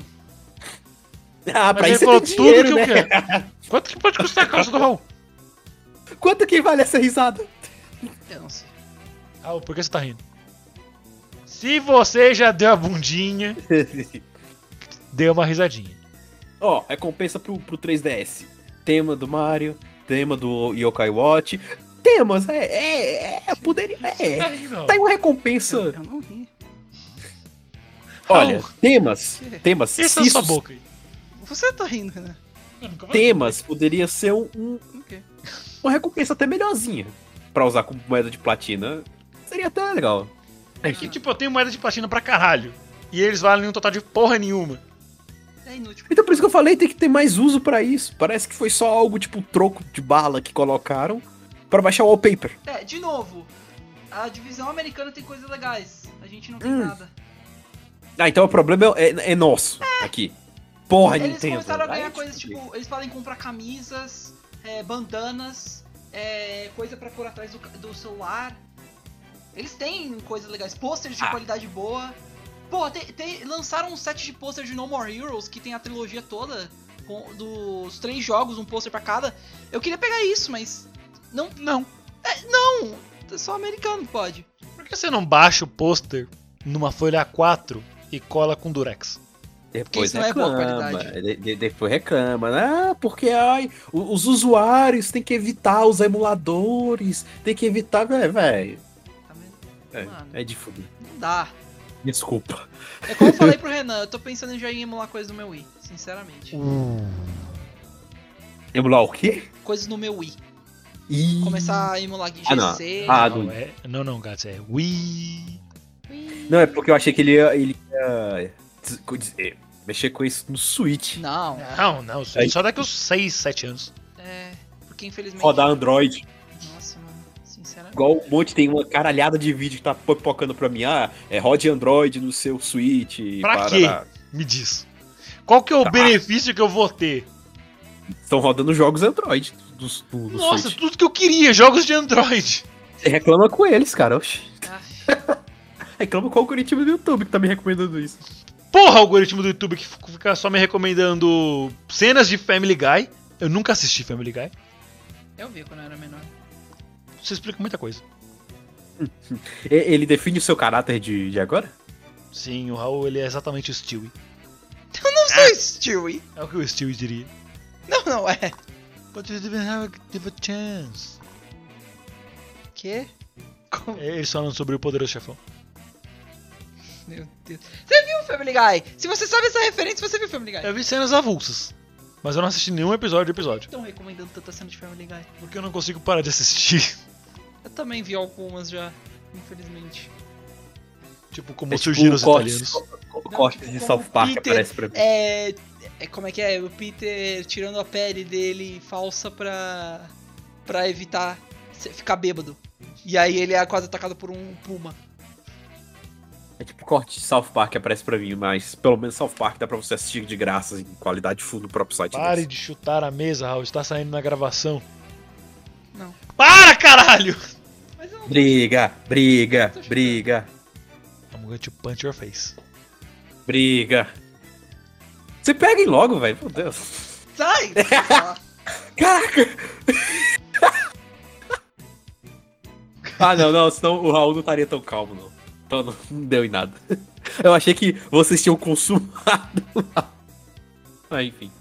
Ah, pra Mas ele isso você falou tem tudo dinheiro, que né? eu quero. Quanto que pode custar a calça do Raul? Quanto que vale essa risada? Eu não sei. Raul, por que você tá rindo? Se você já deu a bundinha, dê uma risadinha. Ó, recompensa pro, pro 3DS. Tema do Mario, tema do Yokai Watch. Temas, é, é, é, poderia, Tá é. rindo, Raul. Tem uma recompensa. Eu não ri. Olha, temas, temas. Isso se é sua isso- boca aí. Você tá rindo, Renan. Eu nunca vou- temas poderia ser um, um- Ok. uma recompensa até melhorzinha Pra usar como moeda de platina. Seria até legal. É que, tipo, eu tenho moeda de platina pra caralho. E eles valem um total de porra nenhuma. É inútil. Então por isso que eu falei, tem que ter mais uso pra isso. Parece que foi só algo tipo troco de bala que colocaram pra baixar o wallpaper. É, de novo. A divisão americana tem coisas legais. A gente não tem Hum. nada. Ah, então o problema é, é- é nosso aqui. Porra, Eles Nintendo. começaram a Aí, ganhar coisas tipo. Eles podem comprar camisas, é, bandanas, é, coisa pra pôr atrás do, ca- do celular. Eles têm coisas legais, posters de Ah. qualidade boa. Pô, tem- tem- lançaram um set de posters de No More Heroes, que tem a trilogia toda, com- dos três jogos, um pôster pra cada. Eu queria pegar isso, mas. Não. Não. É, não! Só americano pode. Por que você não baixa o pôster numa folha A4 e cola com durex? Depois isso não é boa reclama. qualidade. de- de- depois reclama. Ah, porque ai, o- os usuários têm que evitar os emuladores. Tem que evitar. Véi, véi. Tá vendo? É, Mano. é de fuder. Não dá. Desculpa. É como eu falei pro Renan, eu tô pensando em já em emular coisas do meu Wii, sinceramente. Emular o quê? Coisas no meu Wii. Ih. Começar a emular GC. Ah, não. Ah, Não, do- é, não, não, Gats, é Wii. Não, é porque eu achei que ele ia, ele ia des- co- des- eh, mexer com isso no Switch. Não, Não, não, isso aí só daqui uns 6, 7 anos. é. Porque infelizmente. Rodar um- Android. Nossa, mano. Sinceramente. Igual um monte tem uma caralhada de vídeo que tá pipocando pra mim. Ah, é rode Android no seu Switch. Pra parará. quê? Me diz. Qual que é o benefício que eu vou ter? Estão rodando jogos Android do, do, do Nossa, Switch. tudo que eu queria, jogos de Android. Você reclama com eles, cara. Oxi. Ah. Reclama com o algoritmo do YouTube que tá me recomendando isso. Porra, algoritmo do YouTube que fica só me recomendando cenas de Family Guy. Eu nunca assisti Family Guy. Eu vi quando eu era menor. Isso explica muita coisa. E- Ele define o seu caráter de, de agora? Sim, o Raul ele é exatamente o Stewie. Não sou Stewie. É o que o Stewie diria. Não, não é. But you didn't have a, give a chance. Quê? Como? É, Eles falam sobre o poderoso chefão. Meu Deus. Você viu o Family Guy? Se você sabe essa referência, você viu o Family Guy. Eu vi cenas avulsas, mas eu não assisti nenhum episódio de episódio. Estão recomendando tanta cena de Family Guy. Porque eu não consigo parar de assistir. Eu também vi algumas já, infelizmente. Tipo, É como um surgiram os italianos. cortes de South Park Peter- aparece pra mim. É, é. Como é que é? O Peter tirando a pele dele falsa pra. pra evitar se- ficar bêbado. E aí ele é quase atacado por um puma. É tipo corte de South Park aparece pra mim, mas pelo menos South Park dá pra você assistir de graça em qualidade full no próprio site. Pare deles. de chutar a mesa, Raul. Está saindo na gravação. Não. Para, caralho! Mas eu não Briga, briga, briga, I'm going to punch your face. briga. Se peguem logo, velho. Meu Deus. Sai! Ah, Caraca! ah, não, não. Senão o Raul não estaria tão calmo, não. Então não, não deu em nada. Eu achei que vocês tinham consumado. Ah, enfim.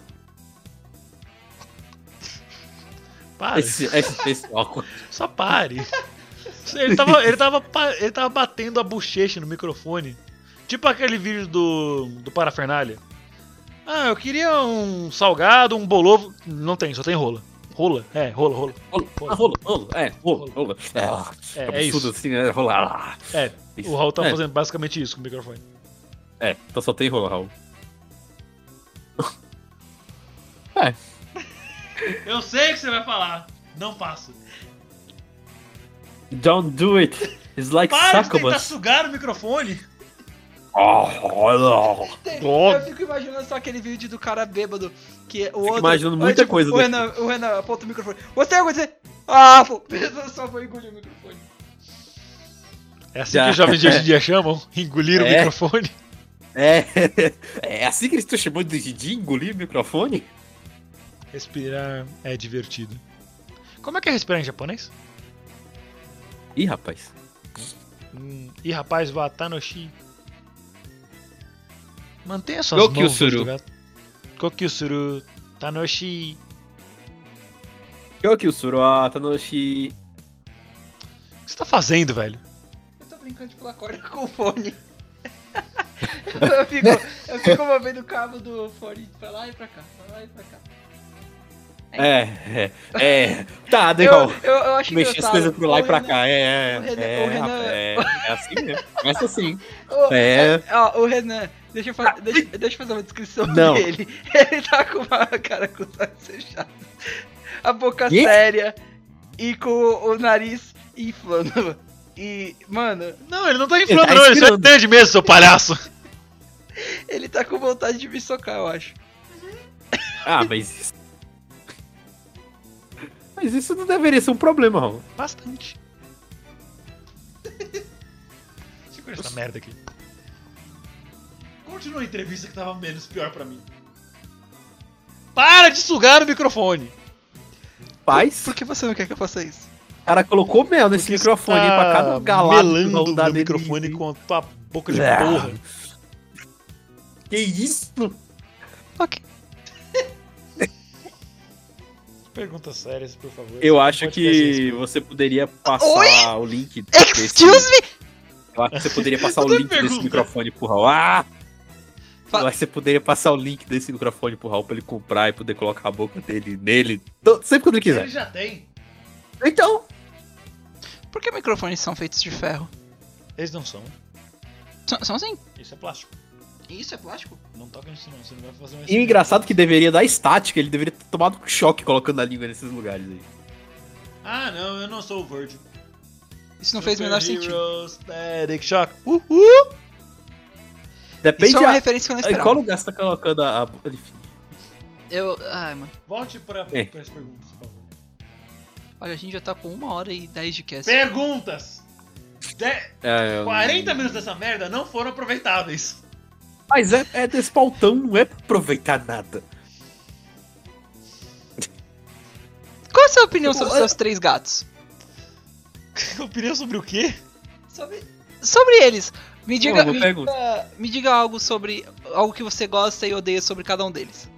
Para, Esse, esse pessoal. só pare. Ele tava, ele, tava, pa- ele tava batendo a bochecha no microfone. Tipo aquele vídeo do, do Parafernália. Ah, eu queria um salgado, um bolovo. Não tem, só tem rola. Rola? É, rola, rola. Rola, ah, rola, rola, é, rola, rola. É, ah, É, é absurdo isso. assim, né? Rolar. É, o Raul tá É. fazendo basicamente isso com o microfone. É, então só tem rola, Raul. É, Eu sei o que você vai falar. Não faço. don't do it. It's like Para de tentar succubus. sugar o microfone. Ah, rola. Tem- Ó. Eu fico imaginando só aquele vídeo do cara bêbado. Que é o outro. Tipo, imaginando muita coisa O desse Renan, o Renan aponta o microfone. Você tem algo a dizer? Ah, pô, eu só vou engolir o microfone. É assim Já. que os jovens de hoje em dia chamam? Engolir o É. microfone? É, é assim que eles estão chamando de, de engolir o microfone? Respirar é divertido. Como é que é respirar em japonês? Ih, rapaz. Hum, e rapaz, watanoshi. Mantenha suas mãos. Gokyusuru. longe do gato. Gokyusuru. Tanoshi. Kyoki Usuro Tanoshi. O que você tá fazendo, velho? Eu tô brincando de pular corda com o fone. eu, fico, eu fico movendo o cabo do fone pra lá e pra cá, pra lá e pra cá. É, é, é. Tá, Eu, legal. eu, eu acho Mexer as engraçado. coisas pra lá O e pra Renan- cá. É, é, o Renan- é, o Renan- rapaz, é, é assim mesmo. Começa assim. O, É. Ah, ó, o Renan, deixa eu, fa- deixa, deixa eu fazer uma descrição Não. dele. Ele tá com uma cara com os olhos fechados, a boca Quê? séria e com o nariz inflando. E, mano, Não, ele não tá inflando, inflando, tá não. Ele só inspirando. entende mesmo, seu palhaço. ele tá com vontade de me socar, eu acho. Ah, mas isso. Mas isso não deveria ser um problema, Raul. Bastante. Segura essa merda aqui. Continua a entrevista que tava menos pior pra mim. Para de sugar o microfone. Paz, Por que você não quer que eu faça isso? o cara colocou mel nesse Porque microfone está aí pra cada um galado. que o Tá melando Raul dá no nele. microfone com a tua boca de Ah. porra. Que isso? Ok. Perguntas sérias, por favor. Eu Você acho pode fazer isso. que você poderia passar o link. Excuse me? Eu acho que você poderia passar o Tudo link desse pergunta. microfone pro Raul. Ah! Fa- Eu acho que você poderia passar o link desse microfone pro Raul pra ele comprar e poder colocar a boca dele nele. to- Sempre quando ele Ele quiser. já tem. Então. Por que microfones são feitos de ferro? Eles não são. São, são assim. Isso é plástico. Isso é plástico? Não toca nisso não, você não vai fazer um mais. E o engraçado é que deveria dar estática, ele deveria ter tomado um choque colocando a língua nesses lugares aí. Ah, não, eu não sou o Virgil. Isso não fez o menor sentido. Heroes, Static Shock. Uhul! Depende Isso é uma a- referência que eu não em qual esperava. lugar você tá colocando a. a... enfim. um- Eu. Ai, mano. Volte pra, É. pras perguntas, por favor. Olha, a gente já tá com uma hora e dez de cast. Perguntas! De- É, eu- 40 minutos dessa merda não foram aproveitáveis. Mas é, é desse pautão, não é pra aproveitar nada. Qual a sua opinião sobre seus três gatos? Opinião sobre o quê? Sobre, sobre eles. Me diga, boa me, pergunta. diga, me diga algo sobre. algo que você gosta e odeia sobre cada um deles.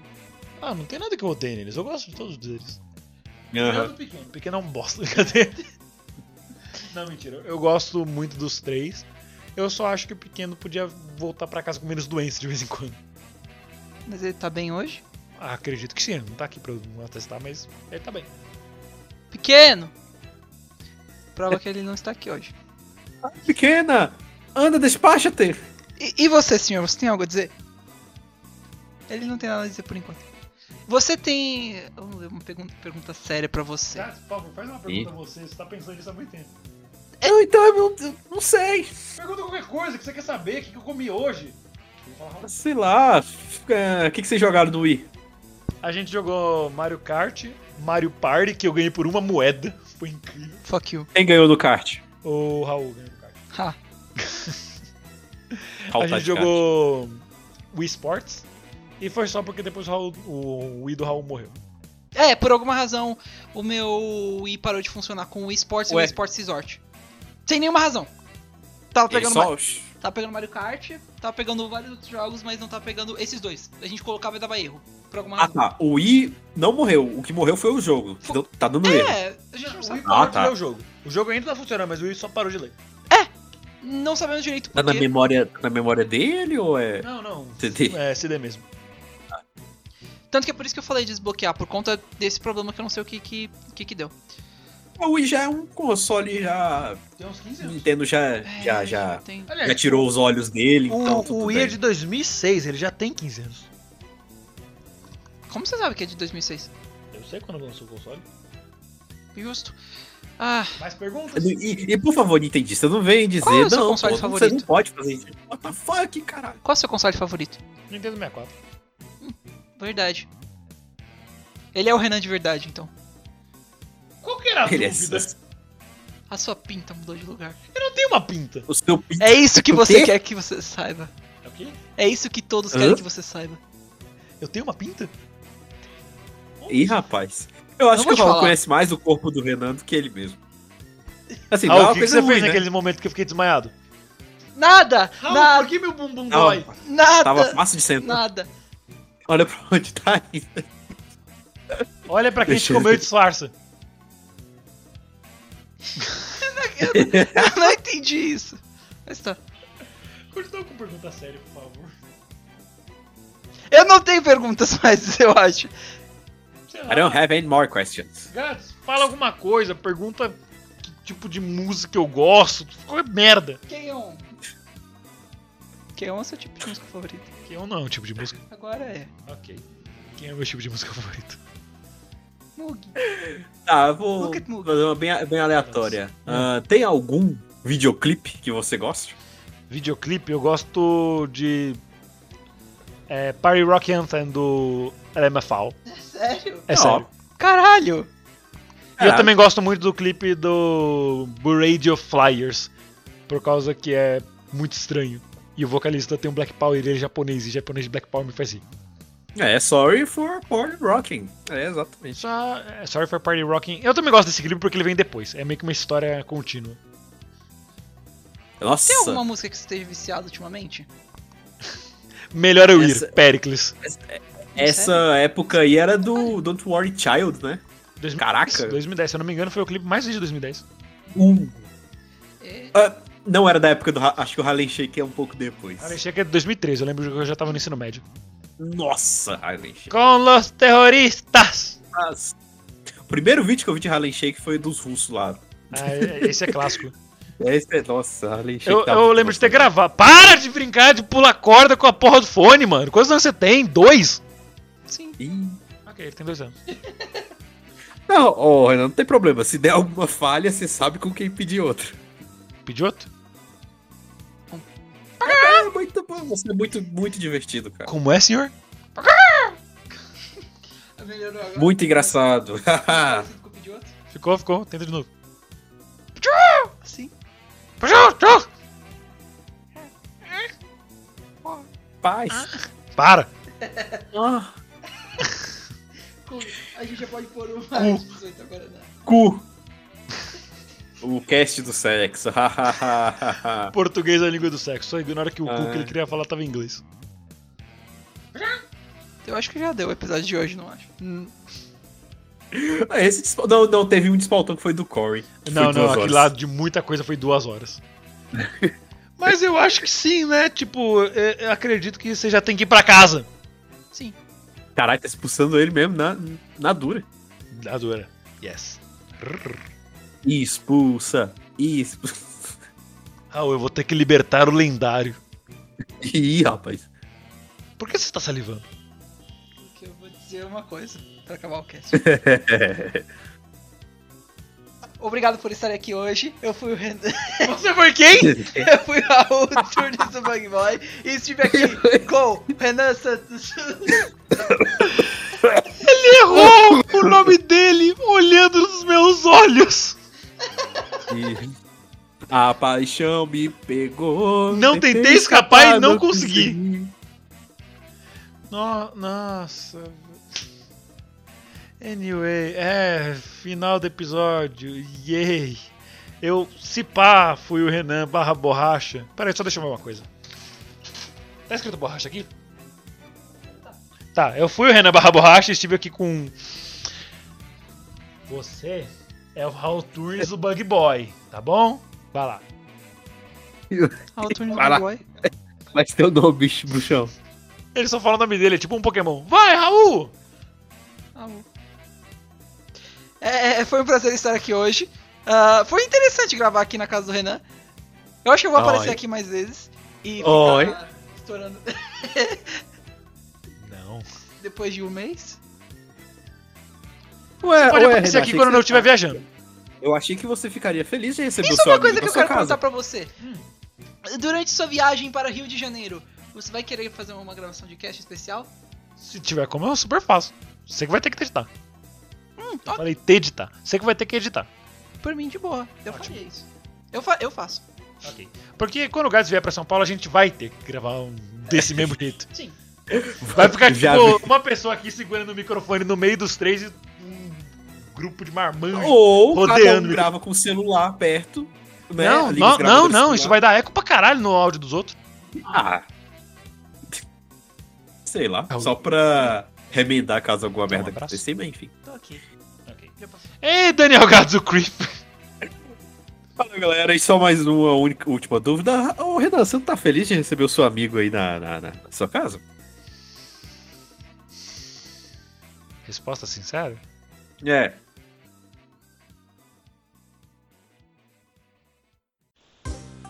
Ah, não tem nada que eu odeie neles, eu gosto de todos eles. Eu Aham. do pequeno, pequeno é um bosta, cadê? Não, mentira, eu gosto muito dos três. Eu só acho que o pequeno podia voltar pra casa com menos doença de vez em quando. Mas ele tá bem hoje? Ah, acredito que sim, não tá aqui pra eu atestar, mas ele tá bem. Pequeno! Prova que ele não está aqui hoje. Pequena! Anda, despacha-te! E, e você, senhor, você tem algo a dizer? Ele não tem nada a dizer por enquanto. Você tem. uh, Uma pergunta, pergunta séria pra você. Cara, por favor, Tá, faz uma pergunta a você, você tá pensando nisso há muito tempo. Eu, então, eu não, eu não sei. Pergunta qualquer coisa que você quer saber, o que, que eu comi hoje. Eu vou falar, Sei lá. é, O que, que vocês jogaram no Wii? A gente jogou Mario Kart, Mario Party, que eu ganhei por uma moeda. Foi incrível. Fuck you. Quem ganhou no kart? O Raul ganhou no kart. Ha. a gente jogou Wii Sports. E foi só porque depois o, Raul, o Wii do Raul morreu. É, por alguma razão o meu Wii parou de funcionar com o Wii Sports e o Ué. Wii Sports Resort. Sem nenhuma razão. Tava Ele pegando só, Tava pegando Mario Kart, tava pegando vários outros jogos, mas não tava pegando esses dois. A gente colocava e dava erro. Por alguma Ah razão. tá, o Wii não morreu, o que morreu foi o jogo. que deu- Tá dando erro. É, a gente não O Wii sabe. parou Ah, de tá. ler o jogo. O jogo ainda tá funcionando, mas o Wii só parou de ler. Não sabemos direito Tá por na quê. memória, tá na memória dele ou é Não, não. CD? É, CD mesmo. Tanto que é por isso que eu falei de desbloquear, por conta desse problema que eu não sei o que que, que, que deu. O Wii já é um console já. Tem uns 15 anos. Nintendo já É, já já, tem- Aliás, já tirou os olhos dele, então É. o, tudo o Wii é bem. de 2006, ele já tem 15 anos. Como você sabe que é de 2006? Eu sei quando lançou o console. Justo. Ah, Mais perguntas? E, e, por favor, Nintendista, não vem dizer, Qual é o seu não, console pô, você favorito? não pode fazer isso. What the fuck, caralho? qual é o seu console favorito? Nintendo 64. Verdade. Ele é o Renan de verdade, então. Qual que era a Ele é Ah, dúvida? sus- A sua pinta mudou de lugar. Eu não tenho uma pinta. o seu pinto. É isso que O você quê? quer que você saiba. É o quê? É isso que todos Hã? querem que você saiba. Eu tenho uma pinta? Ih, rapaz. Eu acho vou que o te Raul falar. conhece mais o corpo do Renan do que ele mesmo. Assim, ah, não é o uma que, que coisa você ruim, fez né? naquele momento que eu fiquei desmaiado? Nada! Ah, nada! por que meu bumbum Não, dói? Nada! Tava fácil de sentar. Nada! Olha pra onde tá ainda. Olha pra quem te comeu e disfarça. Eu não entendi isso. Mas tá. Continua com pergunta séria, por favor. Eu não tenho perguntas mais, eu acho. Sei I don't have any more questions. Gats, fala alguma coisa, pergunta que tipo de música eu gosto. Ficou merda. Keion. Keion é o seu tipo de música favorito. Que eu não é um tipo de música. Agora é. Ok. Quem é meu tipo de música favorito? Mug. Tá, eu vou Look at Moog. fazer uma bem, bem aleatória. Ah, tem algum videoclipe que você goste? Videoclipe, eu gosto de. É, Party Rock Anthem do LMFAO. Sério? É Não, sério. Caralho! E eu é. também gosto muito do clipe do Radio Flyers. Por causa que é muito estranho. E o vocalista tem um Black Power e ele é japonês. E japonês de Black Power me faz rir. É, sorry for porn rocking. É, exatamente. Só, é, sorry for Party Rocking. Eu também gosto desse clipe porque ele vem depois. É meio que uma história contínua. Nossa, Tem alguma música que você esteja viciado ultimamente? Melhor eu ir, Essa- Pericles. essa época aí era do Don't Worry Child, né? 2010, Caraca. 2010, se eu não me engano, foi o clipe mais visto de 2010. Um. É. Ah, não era da época do. Ra- Acho que o Harlem Shake é um pouco depois. Ah, achei que é de 2013, eu lembro que eu já tava no ensino médio. Nossa, Harlem Shake. Com los terroristas! Mas- O primeiro vídeo que eu vi de Harlem Shake foi dos russos lá. Ah, é- esse é clássico. Esse é, nossa, Harlem Shake. eu tá eu muito lembro de ter gostoso. gravado. Para de brincar de pular corda com a porra do fone, mano. Quantos anos você tem? Dois? Sim. Ih. Ok, ele tem dois anos. Não, ô, Renan, não tem problema. Se der alguma falha, você sabe com quem pedir outra. Pediu outro? É muito bom, você é muito, muito divertido, cara. Como é, senhor? Melhorou agora. Muito engraçado. Haha. Parecido com o Pidgeotto? Ficou, ficou. Tenta de novo. Sim. Paz. Para! Ah, A gente já pode pôr o mais 18 agora, né? cu. O cast do sexo. Hahaha. Português é a língua do sexo. Só ignora que o cu Ah. que ele queria falar tava em inglês. Eu acho que já deu o episódio de hoje, não acho. Ah, Esse despa- não, não, teve um despautão que foi do Corey. que Não, foi não, duas aquele horas. lá de muita coisa foi duas horas. Mas eu acho que sim, né? Tipo, eu, eu acredito que você já tem que ir pra casa. Sim. Caralho, tá expulsando ele mesmo na, na dura. Adora. Yes. Rrr. Expulsa. Expulsa. Raul, Ah, eu vou ter que libertar o lendário. Ih, rapaz. Por que você tá salivando? Porque eu vou dizer é uma coisa pra acabar o cast. Obrigado por estar aqui hoje. Eu fui o Renan. Você foi quem? Eu fui o Raul Turnes do Bug Boy e estive aqui com o Renan Santos. Errou o nome dele olhando nos meus olhos. E a paixão me pegou. Não tentei escapar e não consegui. No- nossa. Anyway, é. Final do episódio. Yay. Eu, se pá, fui o Renan barra borracha. Pera aí, só deixa eu ver uma coisa. Tá escrito borracha aqui? Tá, eu fui o Renan barra borracha e estive aqui com. Você é o Raul Turns do Bug Boy, tá bom? Vai lá. Ah, o turno do Vai lá. Boy. Mas teu nome, bicho, bruxão. Ele só fala o nome dele, é tipo um Pokémon. Vai, Raul! Ah, bom. É, é, foi um prazer estar aqui hoje. Ah, foi interessante gravar aqui na casa do Renan. Eu acho que eu vou aparecer Oi. aqui mais vezes. E ficar Oi. estourando Não. depois de um mês. Ué, Pode É, ué, aparecer Renan, aqui achei que quando eu você- tá- estiver viajando. Eu achei que você ficaria feliz em receber o Isso é seu uma amigo coisa na que eu sua quero casa. perguntar pra você. Hum. Durante sua viagem para Rio de Janeiro, você vai querer fazer uma gravação de cast especial? Se tiver como, eu super faço. Você que vai ter que editar. Hum, ó. Eu falei te editar. Você que vai ter que editar. Por mim, de boa. Eu faria isso. Eu, fa eu faço. Ok. Porque quando o Gads vier pra São Paulo, a gente vai ter que gravar um desse mesmo jeito. Sim. Vai ficar Já tipo uma pessoa aqui segurando o microfone no meio dos três e um grupo de marmanjos. Ou cada Rodeando. um grava com o celular perto. Né? não, Liga os não, não, gravadores não. assim, do Isso vai dar eco pra caralho no áudio dos outros. celular. Ah. Sei lá. Ah, o- É um Só pra remendar caso alguma merda abraço. aconteça. Mas enfim. Tô aqui. Já passou. Ei, Daniel Gads, o Creep. Fala galera, e só mais uma única, última dúvida. Ô Renan, você não tá feliz de receber o seu amigo aí na, na, na- na sua casa? Resposta sincera? É.